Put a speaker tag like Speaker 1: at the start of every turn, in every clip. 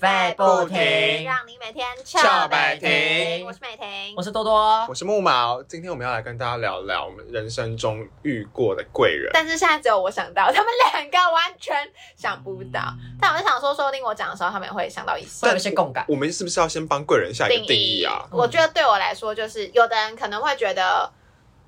Speaker 1: 爱不停
Speaker 2: 让你每天
Speaker 1: 翘
Speaker 2: 翘
Speaker 1: 白
Speaker 2: 白
Speaker 1: 停
Speaker 2: 停。我是美婷，
Speaker 1: 我是多多
Speaker 3: 我，是木毛，今天我们要来跟大家聊聊我们人生中遇过的贵人。
Speaker 2: 但是现在只有我想到，他们两个完全想不到。
Speaker 1: 嗯
Speaker 2: 但我就想说，说不定我讲的时候，他们也会想到一些
Speaker 1: 会有一些共感。
Speaker 3: 我们是不是要先帮贵人下一个定义啊？
Speaker 2: 我觉得对我来说，就是有的人可能会觉得，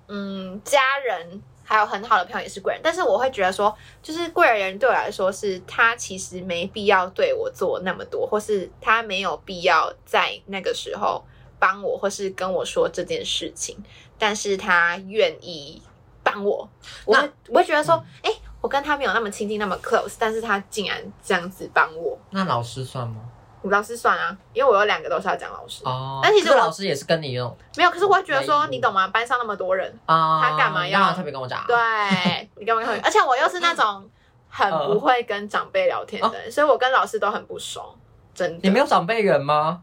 Speaker 2: 嗯，家人还有很好的朋友也是贵人，但是我会觉得说，就是贵人对我来说是他其实没必要对我做那么多，或是他没有必要在那个时候帮我，或是跟我说这件事情，但是他愿意帮我，我
Speaker 1: 那
Speaker 2: 会我会觉得说，哎、我跟他没有那么亲近，那么 close，但是他竟然这样子帮我，
Speaker 1: 那老师算吗？
Speaker 2: 老师算啊，因为我有两个都是要讲老师，
Speaker 1: 哦，
Speaker 2: 但其实
Speaker 1: 可是
Speaker 2: 我
Speaker 1: 老师也是跟你用
Speaker 2: 没有，可是我会觉得
Speaker 1: 没
Speaker 2: 说，
Speaker 1: 有
Speaker 2: 你懂吗？班上那么多人，
Speaker 1: 啊，
Speaker 2: 他干嘛要
Speaker 1: 那特别跟我讲？啊
Speaker 2: 对，啊你跟我很，而且我又是那 种很不会跟长辈聊天的人，所以我跟老师都很不熟，真的。
Speaker 1: 哦你没有长辈缘吗？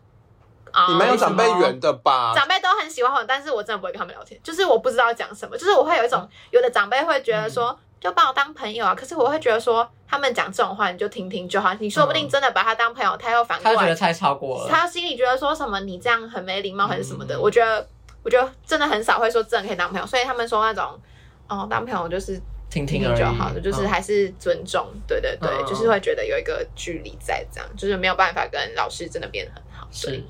Speaker 2: 啊哦
Speaker 3: 你们有长辈缘的吧？
Speaker 2: 长辈都很喜欢我，但是我真的不会跟他们聊天，就是我不知道讲什么，就是我会有一
Speaker 1: 嗯
Speaker 2: 种，有的长辈会觉得说。就把我当朋友啊！可是我会觉得说，他们讲这种话你就听听就好，你说不定真的把他当朋友，他又反过
Speaker 1: 嗯他就觉
Speaker 2: 来
Speaker 1: 得太超过了。
Speaker 2: 他心里觉得说什么你这样很没礼貌，很什么的。
Speaker 1: 嗯
Speaker 2: 我觉得，我觉得真的很少会说真的可以当朋友，所以他们说那种。哦，当朋友就是听
Speaker 1: 听听
Speaker 2: 听
Speaker 1: 而已
Speaker 2: 就好了，就是还是尊重，对对对，
Speaker 1: 嗯
Speaker 2: 就是会觉得有一个距离在，这样就是没有办法跟老师真的变得很好。
Speaker 1: 嗯是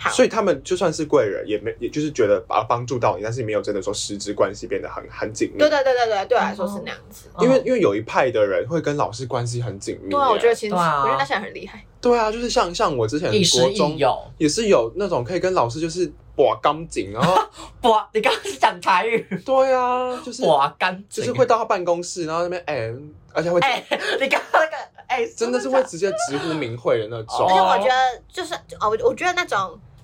Speaker 2: 好，
Speaker 3: 所以他们就算是贵人，也没也就是觉得把帮助到你，但是没有真的说实质关系变得很很紧密。
Speaker 2: 对对对对对，对我来说是那样子。
Speaker 3: 因为
Speaker 1: 嗯
Speaker 3: 因为有一派的人会跟老师关系很紧密耶。
Speaker 2: 对啊，我觉得其实、
Speaker 1: 对啊
Speaker 2: 我觉得那些人很厉害，
Speaker 3: 对啊，就是像像我之前
Speaker 1: 嗯亦
Speaker 3: 国
Speaker 1: 师
Speaker 3: 中
Speaker 1: 亦友。
Speaker 3: 也是有那种可以跟老师就是把钢紧，然 后。
Speaker 1: 不，你刚刚是讲台语
Speaker 3: 对啊，就是
Speaker 1: 哇，干
Speaker 3: 就是会到他办公室，然后那边哎、而且会、
Speaker 1: 哎，你刚刚那个哎，
Speaker 3: 真的是会直接直呼名讳的那种。
Speaker 2: 而且
Speaker 1: 哦
Speaker 2: 我觉得就是哦，我我觉得那种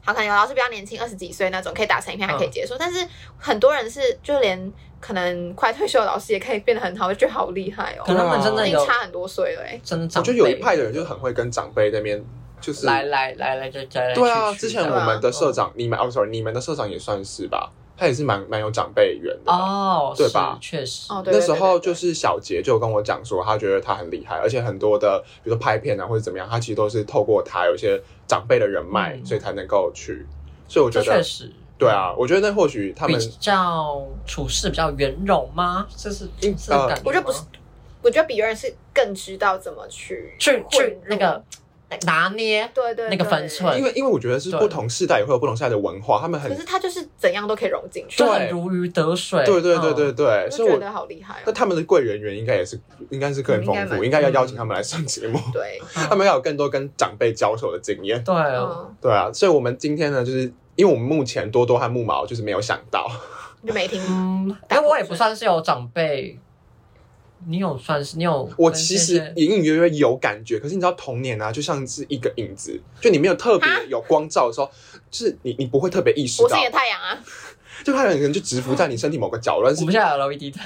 Speaker 2: 好，可能有老师比较年轻，二十几岁那种可以打成一片，还可以接受。但是很多人是就连可能快退休的老师也可以变得很好，我就觉得好厉害
Speaker 1: 可
Speaker 2: 哦，
Speaker 1: 能他们真
Speaker 2: 已
Speaker 1: 的
Speaker 2: 经
Speaker 1: 有
Speaker 2: 差很多岁了哎、
Speaker 1: 真的长
Speaker 3: 我
Speaker 1: 辈，
Speaker 3: 觉得有一派的人就是很会跟长辈那边就是
Speaker 1: 来来来来就再来去。
Speaker 3: 对啊，
Speaker 1: 去嗯
Speaker 3: 之前
Speaker 1: 这样
Speaker 3: 我们的社长，你们哦，sorry，你们的社长也算是吧，他也是蛮蛮有长辈缘的。
Speaker 1: 哦，
Speaker 3: 对吧
Speaker 1: 是确实，
Speaker 2: 哦，对
Speaker 3: 那时候就是是小杰就有跟我讲说，他觉得他很厉害，而且很多的，比如说拍片啊或者怎么样，他其实都是透过他有一些长辈的人脉，
Speaker 1: 嗯
Speaker 3: 所以才能够去。所以我觉
Speaker 1: 这确
Speaker 3: 得，
Speaker 1: 实，嗯
Speaker 3: 对啊，我觉得那或许他们
Speaker 1: 比较处事比较圆融吗？这是
Speaker 3: 嗯
Speaker 1: 这种感觉吗
Speaker 2: 我觉得不是，我觉得比别人是更知道怎么去
Speaker 1: 去
Speaker 2: 混
Speaker 1: 去
Speaker 2: 入
Speaker 1: 那个拿捏，
Speaker 2: 对对
Speaker 1: 那个
Speaker 2: 对
Speaker 1: 分寸
Speaker 3: 因为因为我觉得是
Speaker 1: 对
Speaker 3: 不同世代也会有不同世代的文化，他们很
Speaker 2: 可是他就是怎样都可以融进去，
Speaker 1: 就
Speaker 3: 对
Speaker 1: 很如鱼得水。
Speaker 3: 对对对对
Speaker 1: 嗯，
Speaker 3: 对，
Speaker 2: 我
Speaker 3: 所
Speaker 2: 就
Speaker 3: 以
Speaker 2: 觉
Speaker 3: 我
Speaker 2: 得好厉害
Speaker 3: 那
Speaker 2: 哦。
Speaker 3: 他们的贵人缘应该也是，应该是更丰
Speaker 2: 应该
Speaker 3: 富，
Speaker 2: 蛮
Speaker 3: 应该要邀请他们来上节目，
Speaker 2: 对，
Speaker 3: 他们要有更多跟长辈交手的经验。
Speaker 1: 对哦，
Speaker 2: 嗯，
Speaker 3: 对啊，所以我们今天呢，就是因为我们目前多多和木毛就是没有想到，
Speaker 2: 就没听。
Speaker 1: 嗯，因为我也不算是有长辈，你有算是你有，
Speaker 3: 我其实隐隐约约有感觉，可是你知道童年啊，就像是一个影子，就你没有特别
Speaker 2: 哈
Speaker 3: 有光照的时候，就是你你不会特别意识
Speaker 2: 我是
Speaker 3: 到
Speaker 2: 你，的太阳啊，
Speaker 3: 就它可能就直伏在你身体某个角落，但
Speaker 1: 我
Speaker 3: 是
Speaker 1: 们现在有 LED 的，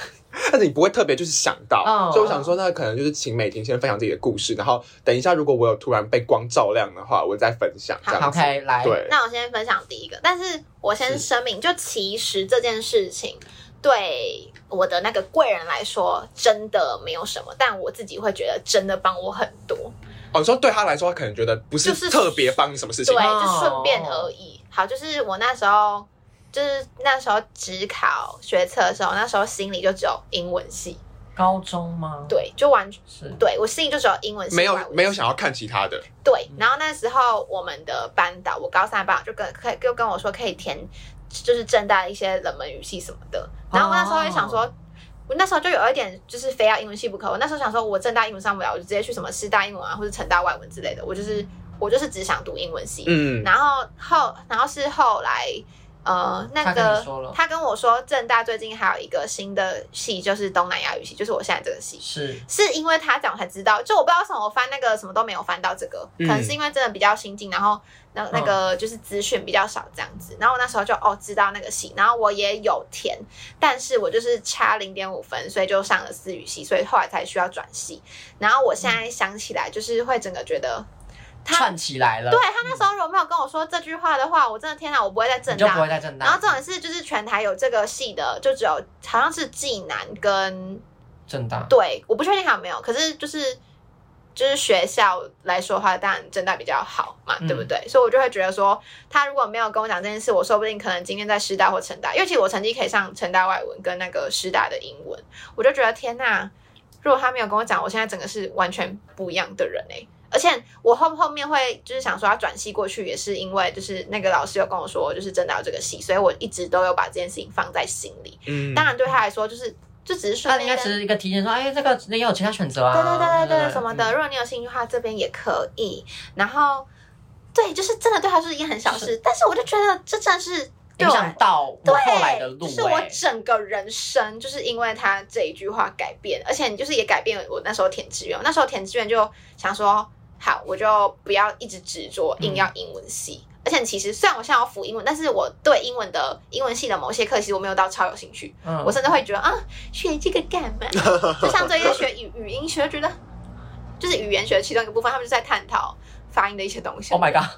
Speaker 3: 但是你不会特别就是想到，
Speaker 1: 哦
Speaker 3: 所以我想说，那可能就是请美婷先分享自己的故事，然后等一下如果我有突然被光照亮的话，我再分享这样子。
Speaker 1: OK，来，
Speaker 3: 对，
Speaker 2: 那我先分享第一个，但是我先
Speaker 1: 是
Speaker 2: 声明，就其实这件事情对我的那个贵人来说真的没有什么，但我自己会觉得真的帮我很多，
Speaker 3: 哦，你说对他来说，他可能觉得不
Speaker 2: 就是是
Speaker 3: 特别帮你什么事情
Speaker 2: 对，，
Speaker 1: 哦
Speaker 2: 就顺便而已。好，就是我那时候就是那时候只考学测的时候，那时候心里就只有英文系，
Speaker 1: 高中吗？，
Speaker 2: 对，就完全
Speaker 1: 是，
Speaker 2: 对我心里就只有英文系，
Speaker 3: 没
Speaker 2: 外文
Speaker 3: 有
Speaker 2: 系
Speaker 3: 没有想要看其他的，
Speaker 1: 嗯
Speaker 2: 对，然后那时候我们的班导，我高三的班导就跟可以就跟我说可以填，就是正大的一些冷门语系什么的。
Speaker 1: 哦
Speaker 2: 然后我那时候也想说，我那时候就有一点就是非要英文系不可。我那时候想说，我正大英文上不了，我就直接去什么师大英文啊，或者成大外文之类的。我就是
Speaker 1: 嗯
Speaker 2: 我就是只想读英文系。
Speaker 3: 嗯，
Speaker 2: 然后后然后是后来呃那
Speaker 1: 他跟
Speaker 2: 个
Speaker 1: 你说了
Speaker 2: 他跟我说，正大最近还有一个新的系，就是东南亚语系，就是我现在这个系。
Speaker 1: 是
Speaker 2: 是因为他讲我才知道，就我不知道为什么我翻那个什么都没有翻到这个，
Speaker 3: 嗯
Speaker 2: 可能是因为真的比较新进，然后那那
Speaker 1: 哦
Speaker 2: 个就是资讯比较少这样子。然后我那时候就哦知道那个系，然后我也有填，但是我就是差零点五分，所以就上了私语系，所以后来才需要转系。然后我现在想起来，就是会整个觉得他
Speaker 1: 串起来了，
Speaker 2: 对他那时候如果没有跟我说这句话的话，我真的天哪，我不会在正
Speaker 1: 你就
Speaker 2: 大
Speaker 1: 不会在正大，
Speaker 2: 然后重点是，就是全台有这个系的，就只有好像是暨南跟
Speaker 1: 正大，
Speaker 2: 对，我不确定还有没有，可是就是就是学校来说的话，当然正大比较好嘛，
Speaker 1: 嗯
Speaker 2: 对不对？所以我就会觉得说，他如果没有跟我讲这件事，我说不定可能今天在师大或成大，尤其我成绩可以上成大外文跟那个师大的英文，我就觉得天呐，如果他没有跟我讲，我现在整个是完全不一样的人哎、而且我后后面会就是想说要转系过去，也是因为就是那个老师有跟我说，就是真的有这个系，所以我一直都有把这件事情放在心里。
Speaker 3: 嗯
Speaker 2: 当然对他来说，就是就只是顺
Speaker 1: 那
Speaker 2: 便
Speaker 1: 啊应该
Speaker 2: 跟
Speaker 1: 只是一个提前说，哎，这个你有其他选择啊，
Speaker 2: 对对对
Speaker 1: 对嗯
Speaker 2: 对对，什么的。如果你有兴趣的话，这边也可以。然后，对，就是真的对他是一件很小事，但是我就觉得这真的是对
Speaker 1: 影
Speaker 2: 我
Speaker 1: 响到我
Speaker 2: 对
Speaker 1: 后来的路、
Speaker 2: 就是我
Speaker 1: 哎
Speaker 2: 整个人生就是因为他这一句话改变，而且你就是也改变我那时候填志愿。我那时候填志愿就想说，好，我就不要一直执着硬要英文
Speaker 1: 嗯
Speaker 2: 系。而且其实虽然我现在要辅英文，但是我对英文的英文系的某些课，其实我没有到超有兴趣。
Speaker 1: 嗯
Speaker 2: 我甚至会觉得啊，学这个干 嘛？就像最近在学语语音学，觉得就是语言学其中一个部分，他们就在探讨发音的一些东西。
Speaker 1: ，Oh my god，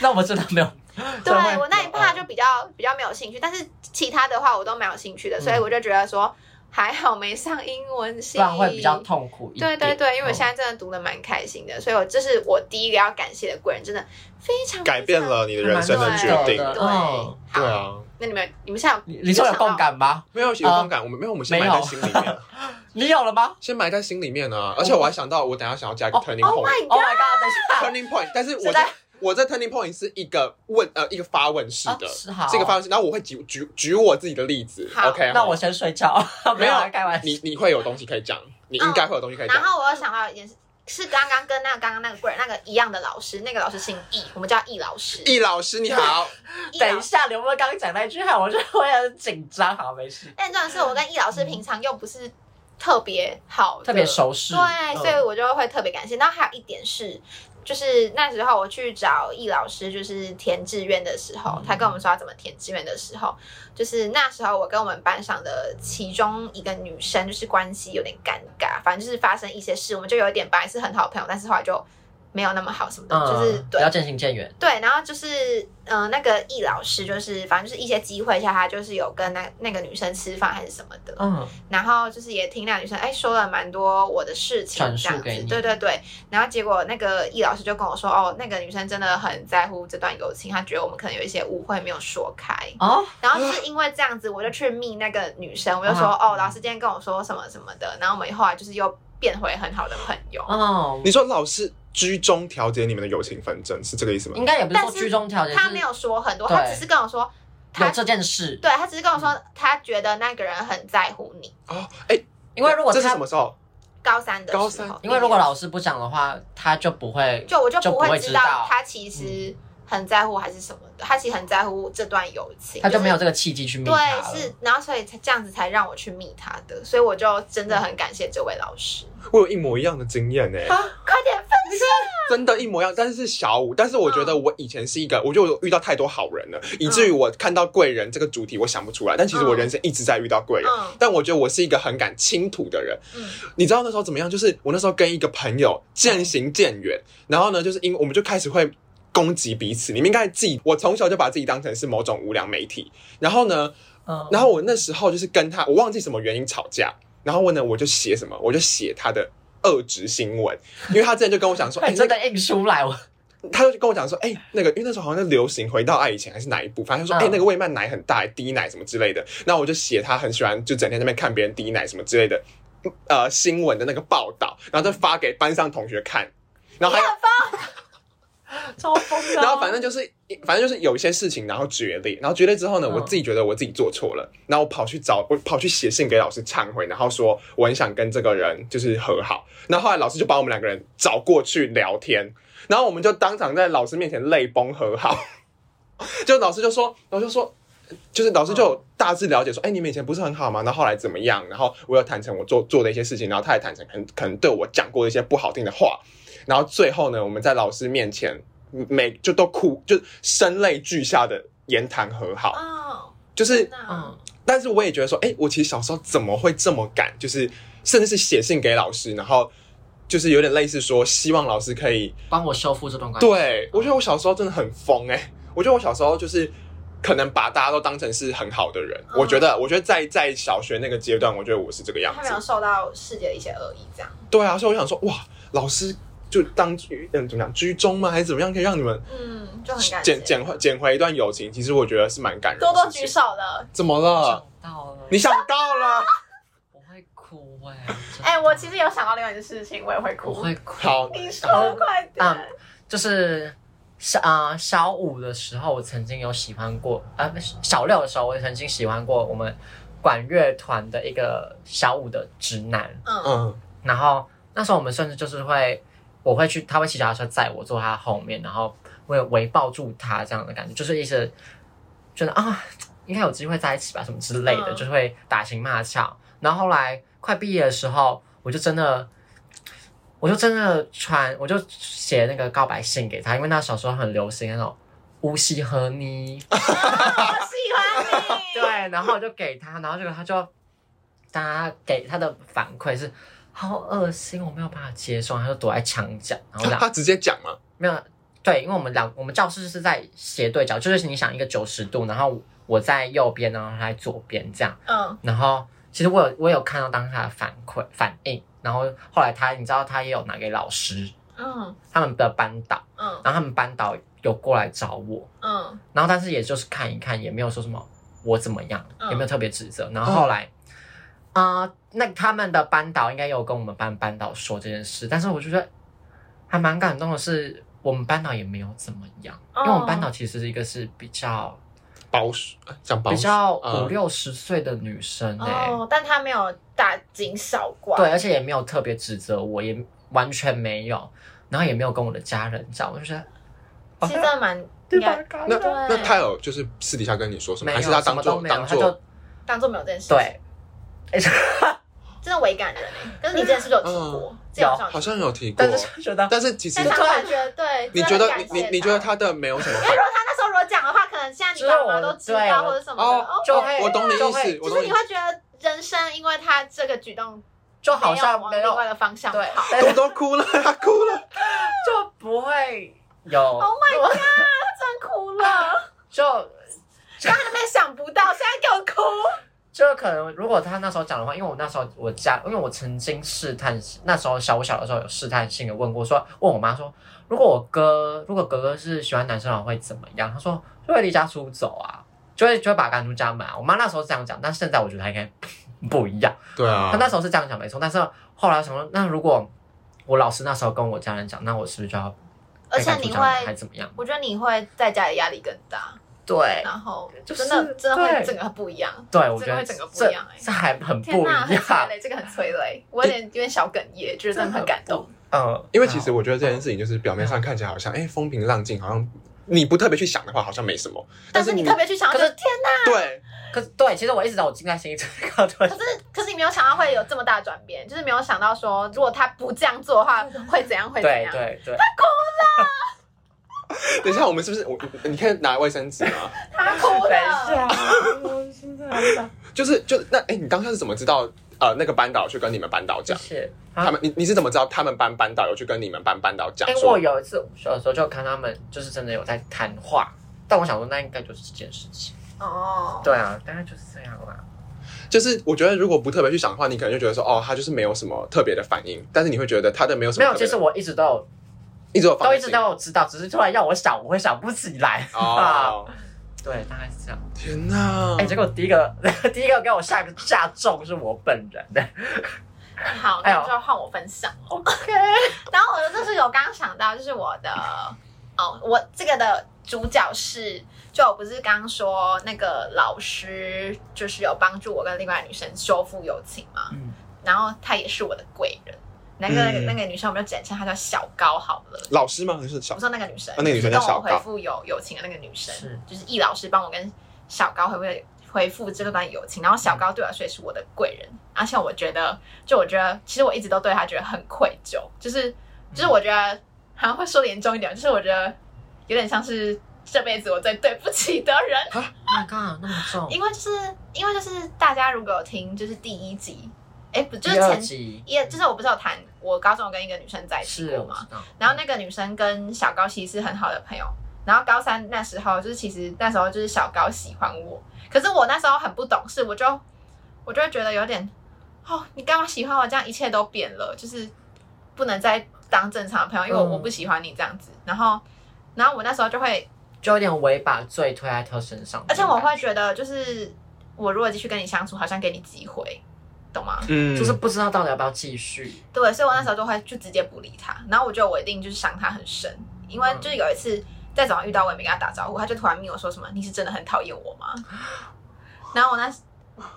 Speaker 1: 那我们真的没有。
Speaker 2: 对
Speaker 1: 真的会
Speaker 2: 我那一趴
Speaker 1: 嗯
Speaker 2: 就比较比较没有兴趣，但是其他的话我都蛮有兴趣的，所以我就觉得说还好没上英文系，
Speaker 1: 嗯不然会比较痛苦一
Speaker 2: 对对
Speaker 1: 点。
Speaker 2: 对，因为我
Speaker 1: 嗯
Speaker 2: 现在真的读的蛮开心的，所以我这是我第一个要感谢的贵人，真的非常
Speaker 3: 改变。了你的人生的
Speaker 2: 蛮
Speaker 3: 决
Speaker 2: 重要
Speaker 3: 定。
Speaker 1: 的
Speaker 2: 对，
Speaker 1: 嗯
Speaker 3: 对啊，
Speaker 2: 那你们你们现在有
Speaker 1: 你你说有共？感吗？
Speaker 3: 没有有共感，我们没有，我们先埋
Speaker 1: 呃没
Speaker 3: 在
Speaker 1: 有
Speaker 3: 心里面，
Speaker 1: 你有了吗
Speaker 3: 先埋在心里面啊。而且我还想到，我等一下想要加一个
Speaker 1: 哦
Speaker 3: turning
Speaker 2: Oh
Speaker 3: point。
Speaker 2: my god！
Speaker 1: ？Oh my god，等一下
Speaker 3: turning point，但是我
Speaker 1: 是在
Speaker 3: 在我在 turning point 是一个问呃一个发问式的，
Speaker 1: 啊是好
Speaker 3: 一个发问式，然后我会举举举我自己的例子
Speaker 2: 好
Speaker 3: ，OK，
Speaker 1: 那
Speaker 3: 好
Speaker 1: 我先睡觉， 没有啊开玩笑。
Speaker 3: 你你会有东西可以讲，你应该会有东西可以
Speaker 2: 然
Speaker 1: 哦
Speaker 3: 讲，
Speaker 2: 后我又想到一件事，是刚刚跟那个刚刚那个贵人那个一样的老师，那个老师姓易，我们叫易老师。
Speaker 3: 易老师你好，
Speaker 2: 易
Speaker 1: 等
Speaker 2: 老
Speaker 1: 一
Speaker 2: 师，
Speaker 1: 下，你有没有刚刚讲那句话？我就会很紧张，好，没事，
Speaker 2: 但重点是我跟易老师平常又不是特别好的，
Speaker 1: 特别熟识。
Speaker 2: 对，所以
Speaker 1: 嗯
Speaker 2: 我就会特别感谢。然后还有一点是，就是那时候我去找易老师，就是填志愿的时候，他跟我们说要怎么填志愿的时候，就是那时候我跟我们班上的其中一个女生，就是关系有点尴尬，反正就是发生一些事，我们就有一点本来是很好的朋友，但是后来就没有那么好什么的，
Speaker 1: 嗯，
Speaker 2: 就是
Speaker 1: 比
Speaker 2: 对
Speaker 1: 较。渐行渐远。
Speaker 2: 对，然后就是，嗯、那个易老师就是，反正就是一些机会下，他就是有跟那那个女生吃饭还是什么的，
Speaker 1: 嗯，
Speaker 2: 然后就是也听那女生哎说了蛮多我的事情
Speaker 1: 转
Speaker 2: 这
Speaker 1: 述
Speaker 2: 样子
Speaker 1: 给，你
Speaker 2: 对对对。然后结果那个易老师就跟我说，哦，那个女生真的很在乎这段友情，她觉得我们可能有一些误会没有说 开。
Speaker 1: 哦，
Speaker 2: 然后是因为这样子，我就去密那个女生，我就说，
Speaker 1: 啊嗯
Speaker 2: 哦，老师今天跟我说什么什么的。然后我们后来啊就是又变回很好的朋友。
Speaker 1: 哦，
Speaker 3: 你说老师居中调解你们的友情纷争是这个意思吗
Speaker 1: 应？该也不是
Speaker 2: 但
Speaker 1: 说
Speaker 2: 是
Speaker 1: 居中调节，
Speaker 2: 他
Speaker 1: 是
Speaker 2: 没有说很多，
Speaker 1: 对
Speaker 2: 他只是跟我说，
Speaker 1: 有
Speaker 2: 他
Speaker 1: 这件事。
Speaker 2: 对他只是跟我说，他觉得那个人很在乎你。
Speaker 3: 哦，哎，
Speaker 1: 因为如果
Speaker 3: 这是
Speaker 1: 他
Speaker 3: 什么时候？
Speaker 2: 高三的时候，
Speaker 3: 高三
Speaker 1: 因为如果老师不讲的话，他就不会
Speaker 2: 就我就
Speaker 1: 就
Speaker 2: 不
Speaker 1: 不会
Speaker 2: 会
Speaker 1: 知
Speaker 2: 知
Speaker 1: 道嗯
Speaker 2: 道他其实很在乎还是什么的，他其实很在乎这段友情，
Speaker 1: 他就没有
Speaker 2: 是
Speaker 1: 这个契机去密他了
Speaker 2: 对是，然后所以才这样子才让我去密他的，所以我就真的很感谢这位老师。
Speaker 3: 我有一模一样的经 验呢、
Speaker 2: 啊， 快点分享！
Speaker 3: 真的，一模一样，但是是小五。但是我觉得
Speaker 1: 嗯
Speaker 3: 我以前是一个，我就遇到太多好人了，以至于我看到贵人这个主题我想不出来。但其
Speaker 1: 嗯
Speaker 3: 实我人生一直在遇到贵人，
Speaker 2: 嗯
Speaker 3: 但我觉得我是一个很敢倾吐的人。
Speaker 2: 嗯
Speaker 3: 你知道那时候怎么样？就是我那时候跟一个朋友渐行渐远，然后呢，就是因我们就开始会。攻击彼此，你们应该记，我从小就把自己当成是某种无良媒体。然后呢，
Speaker 1: 嗯，
Speaker 3: 然后我那时候就是跟他，我忘记什么原因吵架，然后呢，我就写什么，我就写他的恶质新闻，因为他之前就跟我讲 说，哎、
Speaker 1: 哎，
Speaker 3: 那
Speaker 1: 真的印出来， 我
Speaker 3: 他就跟我讲说，哎、那个，因为那时候好像在流行回到爱以前还是哪一部，反正就说，
Speaker 1: 嗯
Speaker 3: 哎、那个魏曼奶很大，滴奶什么之类的。那我就写他很喜欢，就整天在那边看别人滴奶什么之类的，呃，新闻的那个报道，然后就发给班上同学看，然后还有
Speaker 1: 超疯的啊。
Speaker 3: 然后反正就是，反正就是有一些事情，然后决裂，然后决裂之后呢，
Speaker 1: 嗯
Speaker 3: 我自己觉得我自己做错了，然后我跑去找，我跑去写信给老师忏悔，然后说我很想跟这个人就是和好。然后后来老师就把我们两个人找过去聊天，然后我们就当场在老师面前泪崩和好。 就老师就说，老师就说。就是老师就有大致了解说，哎、你们以前不是很好吗？然后后来怎么样？然后我有坦诚我做做的一些事情，然后他也坦诚可能可能对我讲过一些不好听的话，然后最后呢，我们在老师面前每就都哭，就声泪俱下的言谈和好，
Speaker 2: 哦，
Speaker 3: 就是
Speaker 2: 真的啊
Speaker 1: 嗯，
Speaker 3: 但是我也觉得说，哎、我其实小时候怎么会这么敢？就是甚至是写信给老师，然后就是有点类似说，希望老师可以。
Speaker 1: 帮我修复这
Speaker 2: 啊
Speaker 1: 段关系。
Speaker 3: 对，我觉得我小时候真的很疯哎、我觉得我小时候就是可能把大家都当成是很好的人。
Speaker 2: 嗯
Speaker 3: 我觉得，我觉得在在小学那个阶段，我觉得我是这个样
Speaker 2: 他没有
Speaker 3: 子。
Speaker 2: 受到世界的一些恶意，这样
Speaker 3: 对啊，所以我想说，哇，老师就当嗯怎么讲居中吗？还是怎么样可以让你们
Speaker 2: 嗯，就很感谢
Speaker 3: 捡捡回捡回一段友情？其实我觉得是蛮感人的
Speaker 2: 多
Speaker 3: 事情。
Speaker 2: 多举手了。
Speaker 3: 怎么了
Speaker 1: 想？到了，
Speaker 3: 你想到 了？
Speaker 1: 我会哭哎、真的
Speaker 2: 哎、我其实有想到另外一件事情，我也会哭。
Speaker 1: 我会哭。
Speaker 3: 好，
Speaker 2: 你说快点。
Speaker 1: 嗯，就是小啊、小五的时候，我曾经有喜欢过啊、不是小六的时候，我也曾经喜欢过我们管乐团的一个小五的直男。
Speaker 2: 嗯
Speaker 3: 嗯
Speaker 1: 然后那时候我们甚至就是会，我会去，他会骑脚踏车载我坐他后面，然后我也围抱住他这样的感觉，就是一直觉得啊，应该有机会在一起吧，什么之类的，
Speaker 2: 嗯
Speaker 1: 就是会打情骂俏。然后后来快毕业的时候，我就真的。我就真的传，我就写那个告白信给他，因为那小时候很流行那种乌西和你，
Speaker 2: 我喜欢 你。
Speaker 1: 对，然后我就给他，然后这个他就，大家给他的反馈是好恶心，我没有办法接受，他就躲在墙角，然后
Speaker 3: 他
Speaker 1: 两
Speaker 3: 他直接讲嘛，
Speaker 1: 没有对，因为我们两我们教室是在斜对角，就是你想一个九十度，然后我在右边，然后他在左边这样，
Speaker 2: 嗯，
Speaker 1: 然后其实我有我有看到当下的反馈反应，然后后来他你知道他也有拿给老师，
Speaker 2: 嗯
Speaker 1: 他们的班导，
Speaker 2: 嗯
Speaker 1: 然后他们班导有过来找我，
Speaker 2: 嗯
Speaker 1: 然后但是也就是看一看，也没有说什么我怎么样，
Speaker 2: 嗯
Speaker 1: 也没有特别指责。然后后来，啊、那他们的班导应该有跟我们班班导说这件事，但是我觉得还蛮感动的是，我们班导也没有怎么样，
Speaker 2: 哦
Speaker 1: 因为我们班导其实是一个是比较
Speaker 3: 保守呃讲保
Speaker 1: 比
Speaker 3: 守，
Speaker 1: 较
Speaker 3: 嗯
Speaker 1: 五六十岁的女生哎、
Speaker 2: 哦，但他没有大惊小怪。
Speaker 1: 对，而且也没有特别指责我，也完全没有，然后也没有跟我的家人讲，我就觉得。
Speaker 2: 其实真的蛮应该
Speaker 3: 那
Speaker 2: 对
Speaker 3: 那他有就是私底下跟你说什么，
Speaker 1: 没
Speaker 3: 还
Speaker 1: 有，
Speaker 3: 是他
Speaker 1: 什
Speaker 3: 当
Speaker 1: 么都
Speaker 3: 做
Speaker 1: 没有，
Speaker 3: 当
Speaker 1: 他
Speaker 3: 做
Speaker 1: 就
Speaker 2: 当做没有这件事。，
Speaker 1: 对，
Speaker 2: 真的为感人哎。但是你之前是不是有提过
Speaker 3: 嗯？
Speaker 2: 这样
Speaker 3: 好像有提过
Speaker 1: 但，是就觉得
Speaker 3: 但是其实
Speaker 2: 但想突然觉得对，
Speaker 3: 你
Speaker 2: 真
Speaker 3: 觉
Speaker 2: 的
Speaker 3: 得
Speaker 2: 很
Speaker 3: 你
Speaker 2: 感谢
Speaker 3: 你你觉得他的没有什么
Speaker 2: 因为
Speaker 3: 反
Speaker 2: 如果他那时候如果讲的话，可能现在你爸妈都知
Speaker 1: 就是
Speaker 2: 道
Speaker 1: 我
Speaker 2: 或者什么的，哦
Speaker 1: 就
Speaker 3: 哦
Speaker 1: 会
Speaker 3: 我懂你
Speaker 1: 就
Speaker 3: 意
Speaker 1: 会
Speaker 3: 思，我懂
Speaker 2: 就是
Speaker 3: 你
Speaker 2: 你。会觉得人生因为他这个举动
Speaker 1: 就好像
Speaker 2: 没
Speaker 1: 没
Speaker 2: 有往
Speaker 1: 有
Speaker 2: 另外的方向
Speaker 1: 对
Speaker 2: 跑。，
Speaker 1: 但
Speaker 3: 我
Speaker 1: 是
Speaker 3: 都哭了， 他哭了。
Speaker 1: 就不会哦有
Speaker 2: Oh my god，真哭 了，
Speaker 1: 就
Speaker 2: 刚才没想不到，现在给我哭。
Speaker 1: 就可能如果他那时候讲的话，因为我那时候我家，因为我曾经试探，那时候小我小的时候有试探性的问过说，问我妈说，如果我哥如果哥哥是喜欢男生的话会怎么样？她说就会离家出走啊，就会就会把他赶出家门、啊。我妈那时候是这样讲，但现在我觉得她应该 不一样。
Speaker 3: 对啊
Speaker 1: 他那时候是这样讲没错，但是后来我想说，那如果我老师那时候跟我家人讲，那我是不是就要
Speaker 2: 而
Speaker 1: 被
Speaker 2: 且
Speaker 1: 赶出
Speaker 2: 你
Speaker 1: 家门还
Speaker 2: 会，
Speaker 1: 怎么样？嗯
Speaker 2: 我觉得你会在家里压力更大，
Speaker 1: 对
Speaker 2: 然后
Speaker 1: 就是
Speaker 2: 真的真的会
Speaker 1: 对
Speaker 2: 整个不一样。
Speaker 1: 对，我
Speaker 2: 这个
Speaker 1: 觉得
Speaker 2: 会整个不
Speaker 1: 这
Speaker 2: 一样欸
Speaker 1: 这还很
Speaker 2: 天
Speaker 1: 不
Speaker 2: 呐，
Speaker 1: 一
Speaker 2: 很催
Speaker 1: 样，
Speaker 2: 泪，这个很催 泪，我有点有点小哽咽，就是真的很感动。
Speaker 1: 嗯，
Speaker 3: 因为其实我觉得这件事情就是表面上看起来好像哎风平浪静，好像你不特别去想的话好像没什么，
Speaker 2: 但是你啊特别去想，
Speaker 1: 可
Speaker 2: 就是是天呐，
Speaker 3: 对
Speaker 1: 可是对，其实我一直都有记在心里 这个，
Speaker 2: 可，
Speaker 1: 对
Speaker 2: 是可是你没有想到会有这么大的转变，就是没有想到说如果他不这样做的话会怎样会怎
Speaker 1: 对
Speaker 2: 样。
Speaker 1: 对对，
Speaker 3: 等一下我们是不是我你可以拿卫生纸吗？
Speaker 2: 他 哭
Speaker 1: 等一
Speaker 2: 了，
Speaker 1: 下，我现在很想
Speaker 3: 就是就那哎你当下是怎么知道呃那个班导去跟你们班导
Speaker 1: 谢
Speaker 3: 讲？
Speaker 1: 谢啊
Speaker 3: 他们你你是怎么知道他们班班导有去跟你们班班导讲
Speaker 1: 因为
Speaker 3: 说
Speaker 1: 我有一次午休的时候就看他们就是真的有在谈话，但我想说那应该就是这件事情，
Speaker 2: 哦，
Speaker 1: 对啊，大概就是这样啦。
Speaker 3: 就是我觉得如果不特别去想的话，你可能就觉得说哦，他就是没有什么特别的反应，但是你会觉得他的没有什
Speaker 1: 没
Speaker 3: 么
Speaker 1: 有，
Speaker 3: 特
Speaker 1: 其
Speaker 3: 别
Speaker 1: 实
Speaker 3: 的，
Speaker 1: 我一直都有
Speaker 3: 一直有
Speaker 1: 都
Speaker 3: 放
Speaker 1: 一直都啊有知道，只是突然要我想，我会想不起来。
Speaker 3: 哦，
Speaker 1: 对，大概是这样。
Speaker 3: 天哪！
Speaker 1: 哎，结果第一个 第一个给我下个下中是我本 人的。
Speaker 2: 好，
Speaker 1: 哎
Speaker 2: 那
Speaker 1: 呦
Speaker 2: 就换我分享。
Speaker 1: OK，
Speaker 2: 然后我的就是有刚刚想到，就是我的哦，我这个的主角是，就我不是刚刚说那个老师就是有帮助我跟另外女生修复友情嘛，
Speaker 1: 嗯
Speaker 2: 然后她也是我的贵人。那个、
Speaker 3: 嗯
Speaker 2: 那个女生，我们就简称她叫小高好了。
Speaker 3: 老师吗？还是小
Speaker 1: 哎
Speaker 2: 我？说那个女生，
Speaker 3: 啊那个女生叫
Speaker 2: 跟
Speaker 3: 小
Speaker 2: 我
Speaker 3: 高
Speaker 2: 回复有友情的那个女生，
Speaker 1: 是
Speaker 2: 就是易老师帮我跟小高回复回复这段友情，然后小高对我来说也是我的贵人，而且我觉得，就我觉得，其实我一直都对他觉得很愧疚，就是就是我觉得，好像会说的严重一点，就是我觉得有点像是这辈子我最对不起的人，
Speaker 1: Oh ，My God，那么重，
Speaker 2: 因为就是因为就是大家如果有听就是第一集，哎，不就是
Speaker 1: 第二
Speaker 2: 前
Speaker 1: 集
Speaker 2: 也就是我不是有谈我高中有跟一个女生在一起
Speaker 1: 是
Speaker 2: 过
Speaker 1: 我
Speaker 2: 吗？
Speaker 1: 知道。
Speaker 2: 然后那个女生跟小高其实是很好的朋友。然后高三那时候，就是其实那时候就是小高喜欢我，可是我那时候很不懂事，我就我就会觉得有点，哦，你干嘛喜欢我？这样一切都变了，就是不能再当正常的朋友，因为我
Speaker 1: 嗯
Speaker 2: 我不喜欢你这样子。然后，然后我那时候就会，
Speaker 1: 就有点违把罪推在他身上。
Speaker 2: 而且我会觉得，就是我如果继续跟你相处，好像给你机会，懂吗？
Speaker 3: 嗯，
Speaker 1: 就是不知道到底要不要继续。
Speaker 2: 对，所以我那时候就会就直接不理他。然后我觉得我一定就是伤他很深，因为
Speaker 1: 嗯
Speaker 2: 就是有一次在早上遇到我也没跟他打招呼，他就突然命我说什么“你是真的很讨厌我吗？”然后我那时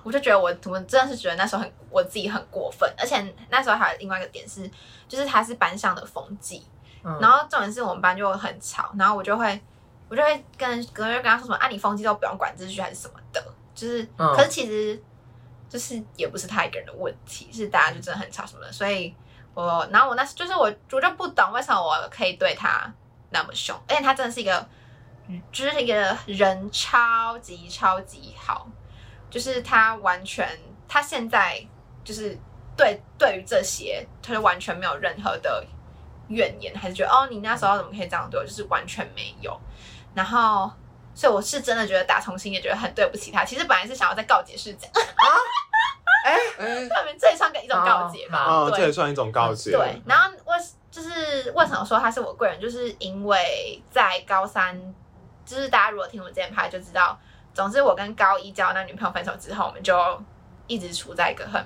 Speaker 2: 我就觉得我我真的是觉得那时候很我自己很过分，而且那时候还有另外一个点是，就是他是班上的风纪，
Speaker 1: 嗯
Speaker 2: 然后重点是我们班就很吵，然后我就会我就会跟跟就跟他说什么啊，你风纪都不用管秩序还是什么的，就是、
Speaker 1: 嗯
Speaker 2: 可是其实就是也不是他一个人的问题，是大家就真的很吵什么的，所以我然后我那时就是我我就不懂为什么我可以对他那么凶，而且他真的是一个就是一个人超级超级好，就是他完全他现在就是对对于这些，他就完全没有任何的怨言，还是觉得哦，你那时候怎么可以这样对我，就是完全没有。然后，所以我是真的觉得打从心里觉得很对不起他。其实本来是想要再告解事件，
Speaker 3: 哎
Speaker 2: 他们这也算一种告解吧？
Speaker 3: 哦，这
Speaker 2: 对
Speaker 3: 也算一种告诫。
Speaker 2: 对，然后我就是为什么说他是我贵人，就是因为在高三，就是大家如果听我们之前拍就知道，总之我跟高一交的那女朋友分手之后，我们就一直处在一个很，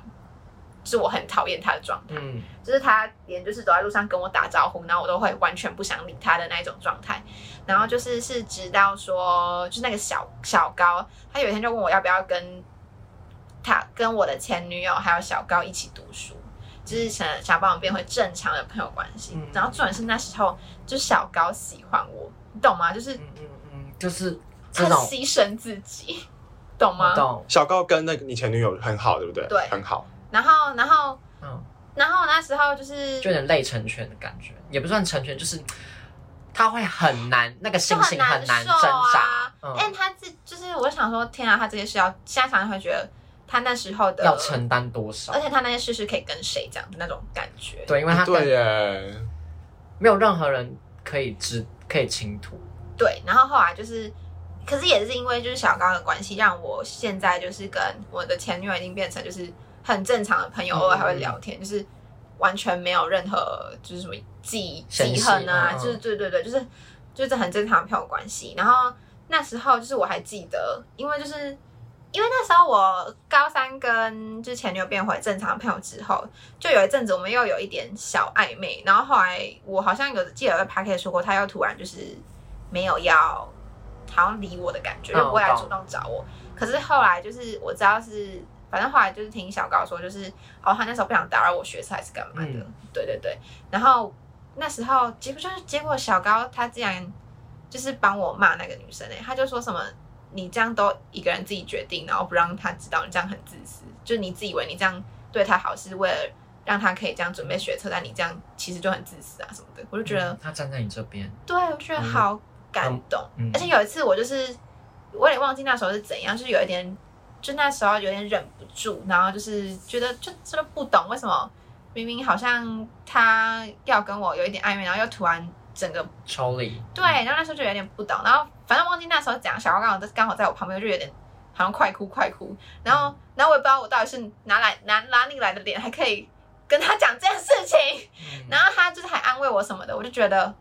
Speaker 2: 就是我很讨厌他的状态，
Speaker 1: 嗯，
Speaker 2: 就是他连就是走在路上跟我打招呼，然后我都会完全不想理他的那一种状态。然后就是是直到说，就是那个小小高，他有一天就问我要不要跟他跟我的前女友还有小高一起读书，就是想想帮我变回正常的朋友关系。
Speaker 1: 嗯
Speaker 2: 然后重点是那时候就是小高喜欢我，你懂吗？就是
Speaker 1: 嗯嗯嗯，就是
Speaker 2: 他
Speaker 1: 这种
Speaker 2: 牺牲自己，懂吗
Speaker 1: 我？懂，
Speaker 3: 小高跟那个你前女友很好，对不对？
Speaker 2: 对
Speaker 3: 很好。
Speaker 2: 然后，然后，
Speaker 1: 嗯，
Speaker 2: 然后那时候就是
Speaker 1: 就有点累成全的感觉，也不算成全，就是他会很难，那个
Speaker 2: 就
Speaker 1: 心
Speaker 2: 很
Speaker 1: 情很
Speaker 2: 难
Speaker 1: 难
Speaker 2: 受
Speaker 1: 挣扎
Speaker 2: 啊。。
Speaker 1: 嗯，
Speaker 2: 但他自就是，我想说，天啊，他这些事要现在想想会觉得他那时候的
Speaker 1: 要承担多少
Speaker 2: 而？且他那些事是可以跟谁讲的那种感觉。
Speaker 1: 对，因为他
Speaker 3: 对
Speaker 1: 跟
Speaker 3: 耶，
Speaker 1: 没有任何人可以知可以倾吐。
Speaker 2: 对，然后后来就是，可是也是因为就是小高的关系，让我现在就是跟我的前女友已经变成就是很正常的朋友，
Speaker 1: 嗯
Speaker 2: 偶尔还会聊天，就是完全没有任何就是什么记
Speaker 1: 嫌
Speaker 2: 记
Speaker 1: 隙
Speaker 2: 恨啊，
Speaker 1: 嗯嗯
Speaker 2: 就是对对对，就是就是很正常的朋友关系。然后那时候就是我还记得，因为就是。因为那时候我高三跟之前女友变回正常的朋友之后，就有一阵子我们又有一点小暧昧，然后后来我好像有记得在 p a k 说过，他又突然就是没有要好像理我的感觉，
Speaker 1: 嗯
Speaker 2: 就不会来主动找我。可是后来就是我知道是，反正后来就是听小高说，就是哦，他那时候不想打扰我学车还是干嘛的，
Speaker 1: 嗯
Speaker 2: 对对对。然后那时候结果就是结果小高他竟然就是帮我骂那个女生诶、欸他就说什么。你这样都一个人自己决定，然后不让他知道，你这样很自私。就是你自以为你这样对他好，是为了让他可以这样准备学车，但你这样其实就很自私啊什么的。我就觉得
Speaker 1: 嗯他站在你这边，
Speaker 2: 对，我觉得好感动。
Speaker 1: 嗯嗯
Speaker 2: 而且有一次我就是，我有点忘记那时候是怎样，就是有一点，就那时候有点忍不住，然后就是觉得就真的不懂为什么明明好像他要跟我有一点暧昧，然后又突然整个
Speaker 1: 抽离。
Speaker 2: 对，然后那时候就有点不懂，然后反正忘记那时候讲，小高刚好在刚好在我旁边，我就有点好像快哭快哭，然后然后我也不知道我到底是哪来哪哪里来的脸，还可以跟他讲这件事情，
Speaker 1: 嗯
Speaker 2: 然后他就是还安慰我什么的，我就觉得。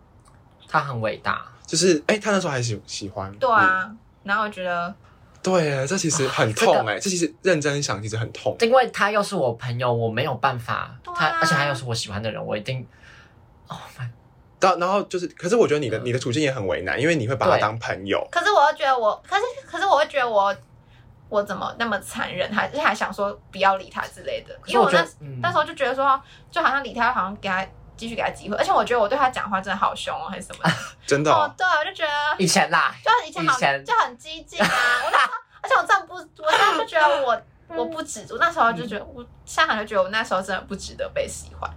Speaker 1: 他很伟大，
Speaker 3: 就是哎，他那时候还喜喜欢。
Speaker 2: 对啊，
Speaker 1: 嗯
Speaker 2: 然后我觉得
Speaker 3: 你，对耶，这其实很痛哎，这其实认真想，其实很痛。
Speaker 1: 因为他又是我朋友，我没有办法。
Speaker 2: 对啊
Speaker 1: 他而且他又是我喜欢的人，我一定。Oh my！
Speaker 3: 但然后就是，可是我觉得你的你的处境也很为难，因为你会把他
Speaker 1: 对
Speaker 3: 当朋友。
Speaker 2: 可是我又觉得我，可是可是我会觉得我，我怎么那么残忍，还就是还想说不要理他之类的，
Speaker 1: 可
Speaker 2: 因
Speaker 1: 是
Speaker 2: 为我
Speaker 1: 觉
Speaker 2: 那
Speaker 1: 得，嗯
Speaker 2: 那时候就觉得说，就好像理他，好像给他继续给他机会，而且我觉得我对他讲话真的好凶哦，还是什 么的，
Speaker 3: 真
Speaker 1: 啊
Speaker 3: 的
Speaker 2: 哦
Speaker 3: 哦，，
Speaker 2: 对，我就觉得
Speaker 1: 以前啦，
Speaker 2: 就以前好
Speaker 1: 以前
Speaker 2: 就很激进啊， 我那时候，而且我真的不，我真的就觉得我。 我不值，我那时候就觉得，我现在就觉得我那时候真的不值得被喜欢，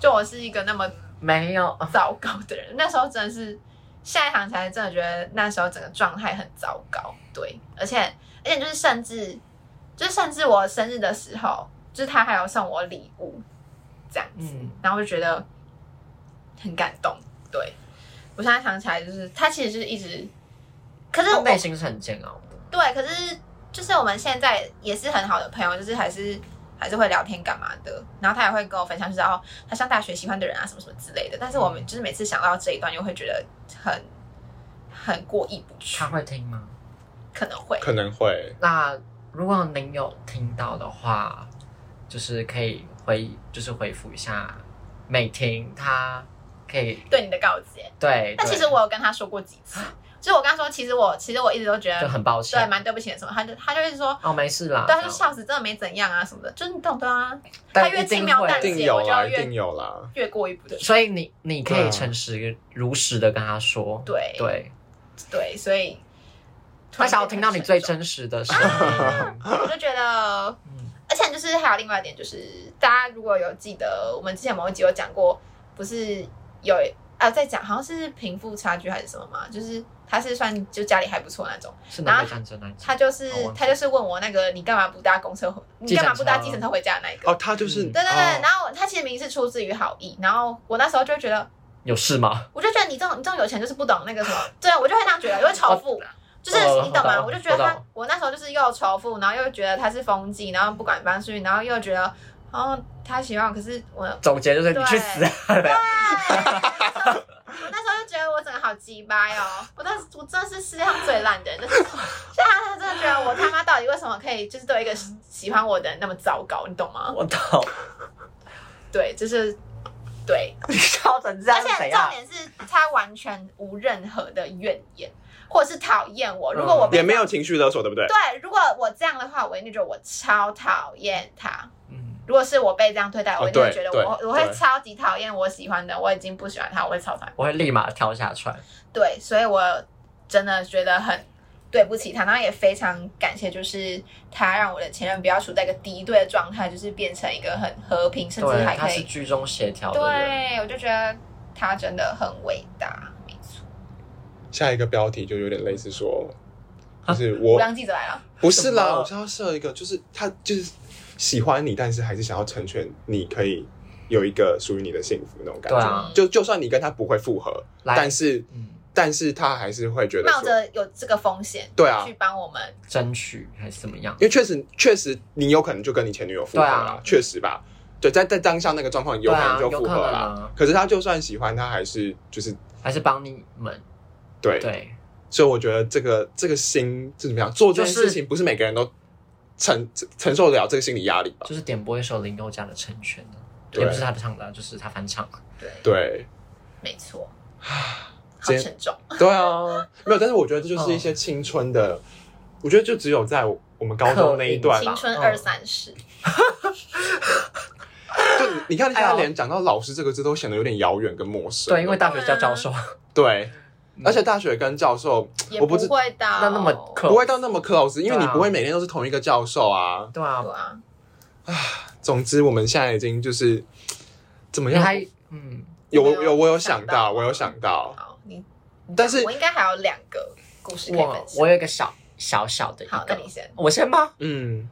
Speaker 2: 就我是一个那么
Speaker 1: 没有。
Speaker 2: 糟糕的人。那时候真的是下一行才真的觉得那时候整个状态很糟糕，对，而且而且就是甚至就是甚至我生日的时候，就是他还有送我礼物这样子，
Speaker 1: 嗯
Speaker 2: 然后我就觉得很感动。对我现在想起来，就是他其实就是一直，可是
Speaker 1: 他
Speaker 2: 我
Speaker 1: 内心是很煎熬的。
Speaker 2: 对，可是就是我们现在也是很好的朋友，就是还是。还是会聊天干嘛的。然后他也会跟我分享，就是哦，他上大学喜欢的人啊，什么什么之类的。但是我们就是每次想到这一段，又会觉得很很过意不去
Speaker 1: 他，会听吗？
Speaker 2: 可能会
Speaker 3: 可能会
Speaker 1: 那如果您有听到的话，就是可以回，就是回复一下美婷，她可以
Speaker 2: 对你的告诫。
Speaker 1: 对。
Speaker 2: 但其实
Speaker 1: 对
Speaker 2: 我有跟他说过几次，就是我跟他说，其实我其实我一直都觉
Speaker 1: 就
Speaker 2: 得
Speaker 1: 很抱
Speaker 2: 对
Speaker 1: 歉，
Speaker 2: 蛮对不起的什么，他就他就一直说。
Speaker 1: 哦，没事啦。
Speaker 2: 对，他就
Speaker 1: 这样
Speaker 2: 笑死，真的没怎样啊什么的，就是你懂的啊，
Speaker 1: 但
Speaker 2: 他越
Speaker 1: 一定
Speaker 2: 轻描
Speaker 1: 会
Speaker 2: 淡
Speaker 3: 一
Speaker 2: 写
Speaker 3: 定有
Speaker 2: 我就要
Speaker 3: 啦，嗯一
Speaker 2: 越
Speaker 3: 定有啦。
Speaker 2: 越过一步的。
Speaker 1: 所以你你可
Speaker 3: 对
Speaker 1: 以
Speaker 3: 啊
Speaker 1: 诚实如实的跟他说，
Speaker 2: 对
Speaker 1: 对，
Speaker 2: 对，所以
Speaker 1: 他想要听到你最，真实的 声音。
Speaker 2: 我就觉得
Speaker 1: 嗯，
Speaker 2: 而且就是还有另外一点，就是大家如果有记得，我们之前某一集有讲过，不是有啊在讲好像是贫富差距还是什么嘛，就是他是算就家里还不错那种，
Speaker 1: 是南北战争那一集
Speaker 2: 他就是
Speaker 1: 哦我忘记
Speaker 2: 他就是问我那个你干嘛不搭公车回，你干嘛不搭计程车回家的那一个。
Speaker 3: 哦，他就是
Speaker 1: 嗯
Speaker 2: 对对对，
Speaker 3: 哦
Speaker 2: 然后他其实明明是出自于好意，然后我那时候就觉得，
Speaker 1: 有事吗？
Speaker 2: 我就觉得你这种你这种有钱就是不懂那个什么， 对啊我就会那样觉 得，我会仇富，就是你懂吗？
Speaker 1: 哦
Speaker 2: 我就觉得他
Speaker 1: 我懂，
Speaker 2: 我那时候就是又仇富，然后又觉得他是风纪，然后不管搬出去，然后又觉得，哦，他喜欢我，可是 我，
Speaker 1: 总结就是
Speaker 2: 对
Speaker 1: 你去死啊！
Speaker 2: 哎我那时候就觉得我整个好鸡掰哦，我那我真的是世界上最烂的人， 就是，就他他真的觉得我他妈到底为什么可以就是对一个喜欢我的人那么糟糕，你懂吗？
Speaker 1: 我懂，
Speaker 2: 对，就是对，
Speaker 1: 你笑成这样
Speaker 2: 而
Speaker 1: 是
Speaker 2: 且
Speaker 1: 怎
Speaker 2: 重
Speaker 1: 样？
Speaker 2: 点是他完全无任何的怨言，或者是讨厌我。如果我被
Speaker 3: 也没有情绪勒索，对不对？
Speaker 2: 对，如果我这样的话，我一定觉得我超讨厌他。
Speaker 1: 嗯，
Speaker 2: 如果是我被这样对待，
Speaker 3: 哦
Speaker 2: 我一定会
Speaker 3: 对
Speaker 2: 觉得
Speaker 3: 对
Speaker 2: 我、我会
Speaker 3: 对
Speaker 2: 超级讨厌我喜欢的，我已经不喜欢他，我会超讨厌。
Speaker 1: 我会立马跳下船。
Speaker 2: 对，所以我真的觉得很对不起他，然后也非常感谢，就是他让我的前任不要处在一个敌对的状态，就是变成一个很和平，甚至
Speaker 1: 对，
Speaker 2: 还
Speaker 1: 他
Speaker 2: 可
Speaker 1: 是
Speaker 2: 以。
Speaker 1: 居中协调的人。
Speaker 2: 对，我就觉得他真的很伟大，没错。
Speaker 3: 下一个标题就有点类似说，就是我
Speaker 2: 我让记者来了。
Speaker 3: 不是
Speaker 1: 什
Speaker 3: 啦，
Speaker 1: 么
Speaker 3: 啊我是要设一个，就是他就是喜欢你，但是还是想要成全你，可以有一个属于你的幸福那种感
Speaker 1: 对
Speaker 3: 觉。
Speaker 1: 啊，
Speaker 3: 就就算你跟他不会复合，
Speaker 1: 来
Speaker 3: 但是
Speaker 1: 嗯，
Speaker 3: 但是他还是会觉得
Speaker 2: 冒
Speaker 3: 说，
Speaker 2: 着有这个风险，
Speaker 3: 对啊
Speaker 2: 去帮我们，
Speaker 1: 争取还是怎么样？
Speaker 3: 因为确实确实你有可能就跟你前女友复合
Speaker 1: 对
Speaker 3: 啦
Speaker 1: 啊，
Speaker 3: 确、实吧。对，在在当下那个状况，有可能
Speaker 1: 对啊
Speaker 3: 就复合
Speaker 1: 有可能
Speaker 3: 啦。
Speaker 1: 啊
Speaker 3: 可是他就算喜欢，他还是就是
Speaker 1: 还是帮你们？
Speaker 3: 对。
Speaker 1: 对，
Speaker 3: 所以我觉得这个这个心是怎么样做这件
Speaker 1: 就是
Speaker 3: 事情，不是每个人都承承受得了这个心理压力吧？
Speaker 1: 就是点播一首林宥嘉的《成全》啊
Speaker 3: 对
Speaker 1: 也不是他唱的啊，就是他翻唱。
Speaker 2: 对，
Speaker 3: 对。
Speaker 2: 没错，好
Speaker 3: 今天
Speaker 2: 沉重，
Speaker 3: 对啊，没有，但是我觉得这
Speaker 1: 嗯
Speaker 3: 就是一些青春的，我觉得就只有在我们高中那一段
Speaker 2: 青
Speaker 3: 吧。
Speaker 2: 春
Speaker 1: 嗯
Speaker 2: 二三十，
Speaker 3: 就你看，现
Speaker 1: 哎
Speaker 3: 在
Speaker 1: 呦
Speaker 3: 连讲到老师这个字都显得有点遥远跟陌生。
Speaker 1: 对，因为大学
Speaker 2: 啊
Speaker 1: 叫教授，
Speaker 3: 对，
Speaker 1: 嗯
Speaker 3: 而且大学跟教授
Speaker 2: 也
Speaker 3: 我
Speaker 2: 不
Speaker 3: 不知
Speaker 2: 会到
Speaker 1: 那那么可
Speaker 3: 不会到那么 close，因为你
Speaker 1: 对啊
Speaker 3: 不会每天都是同一个教授啊。
Speaker 1: 对啊
Speaker 2: 对，啊，
Speaker 3: 总之，我们现在已经就是怎么
Speaker 1: 你
Speaker 3: 样？
Speaker 1: 还嗯，
Speaker 3: 有
Speaker 2: 没有
Speaker 3: 有，我有想
Speaker 2: 想到
Speaker 3: 到，我有想到，
Speaker 2: 好，你，
Speaker 3: 但是
Speaker 2: 我应该还有两个故事可以
Speaker 1: 我
Speaker 2: 分享
Speaker 1: 我，有一个小小小的一
Speaker 2: 好，那
Speaker 1: 个
Speaker 2: 你，先，
Speaker 1: 我先吗？
Speaker 3: 嗯，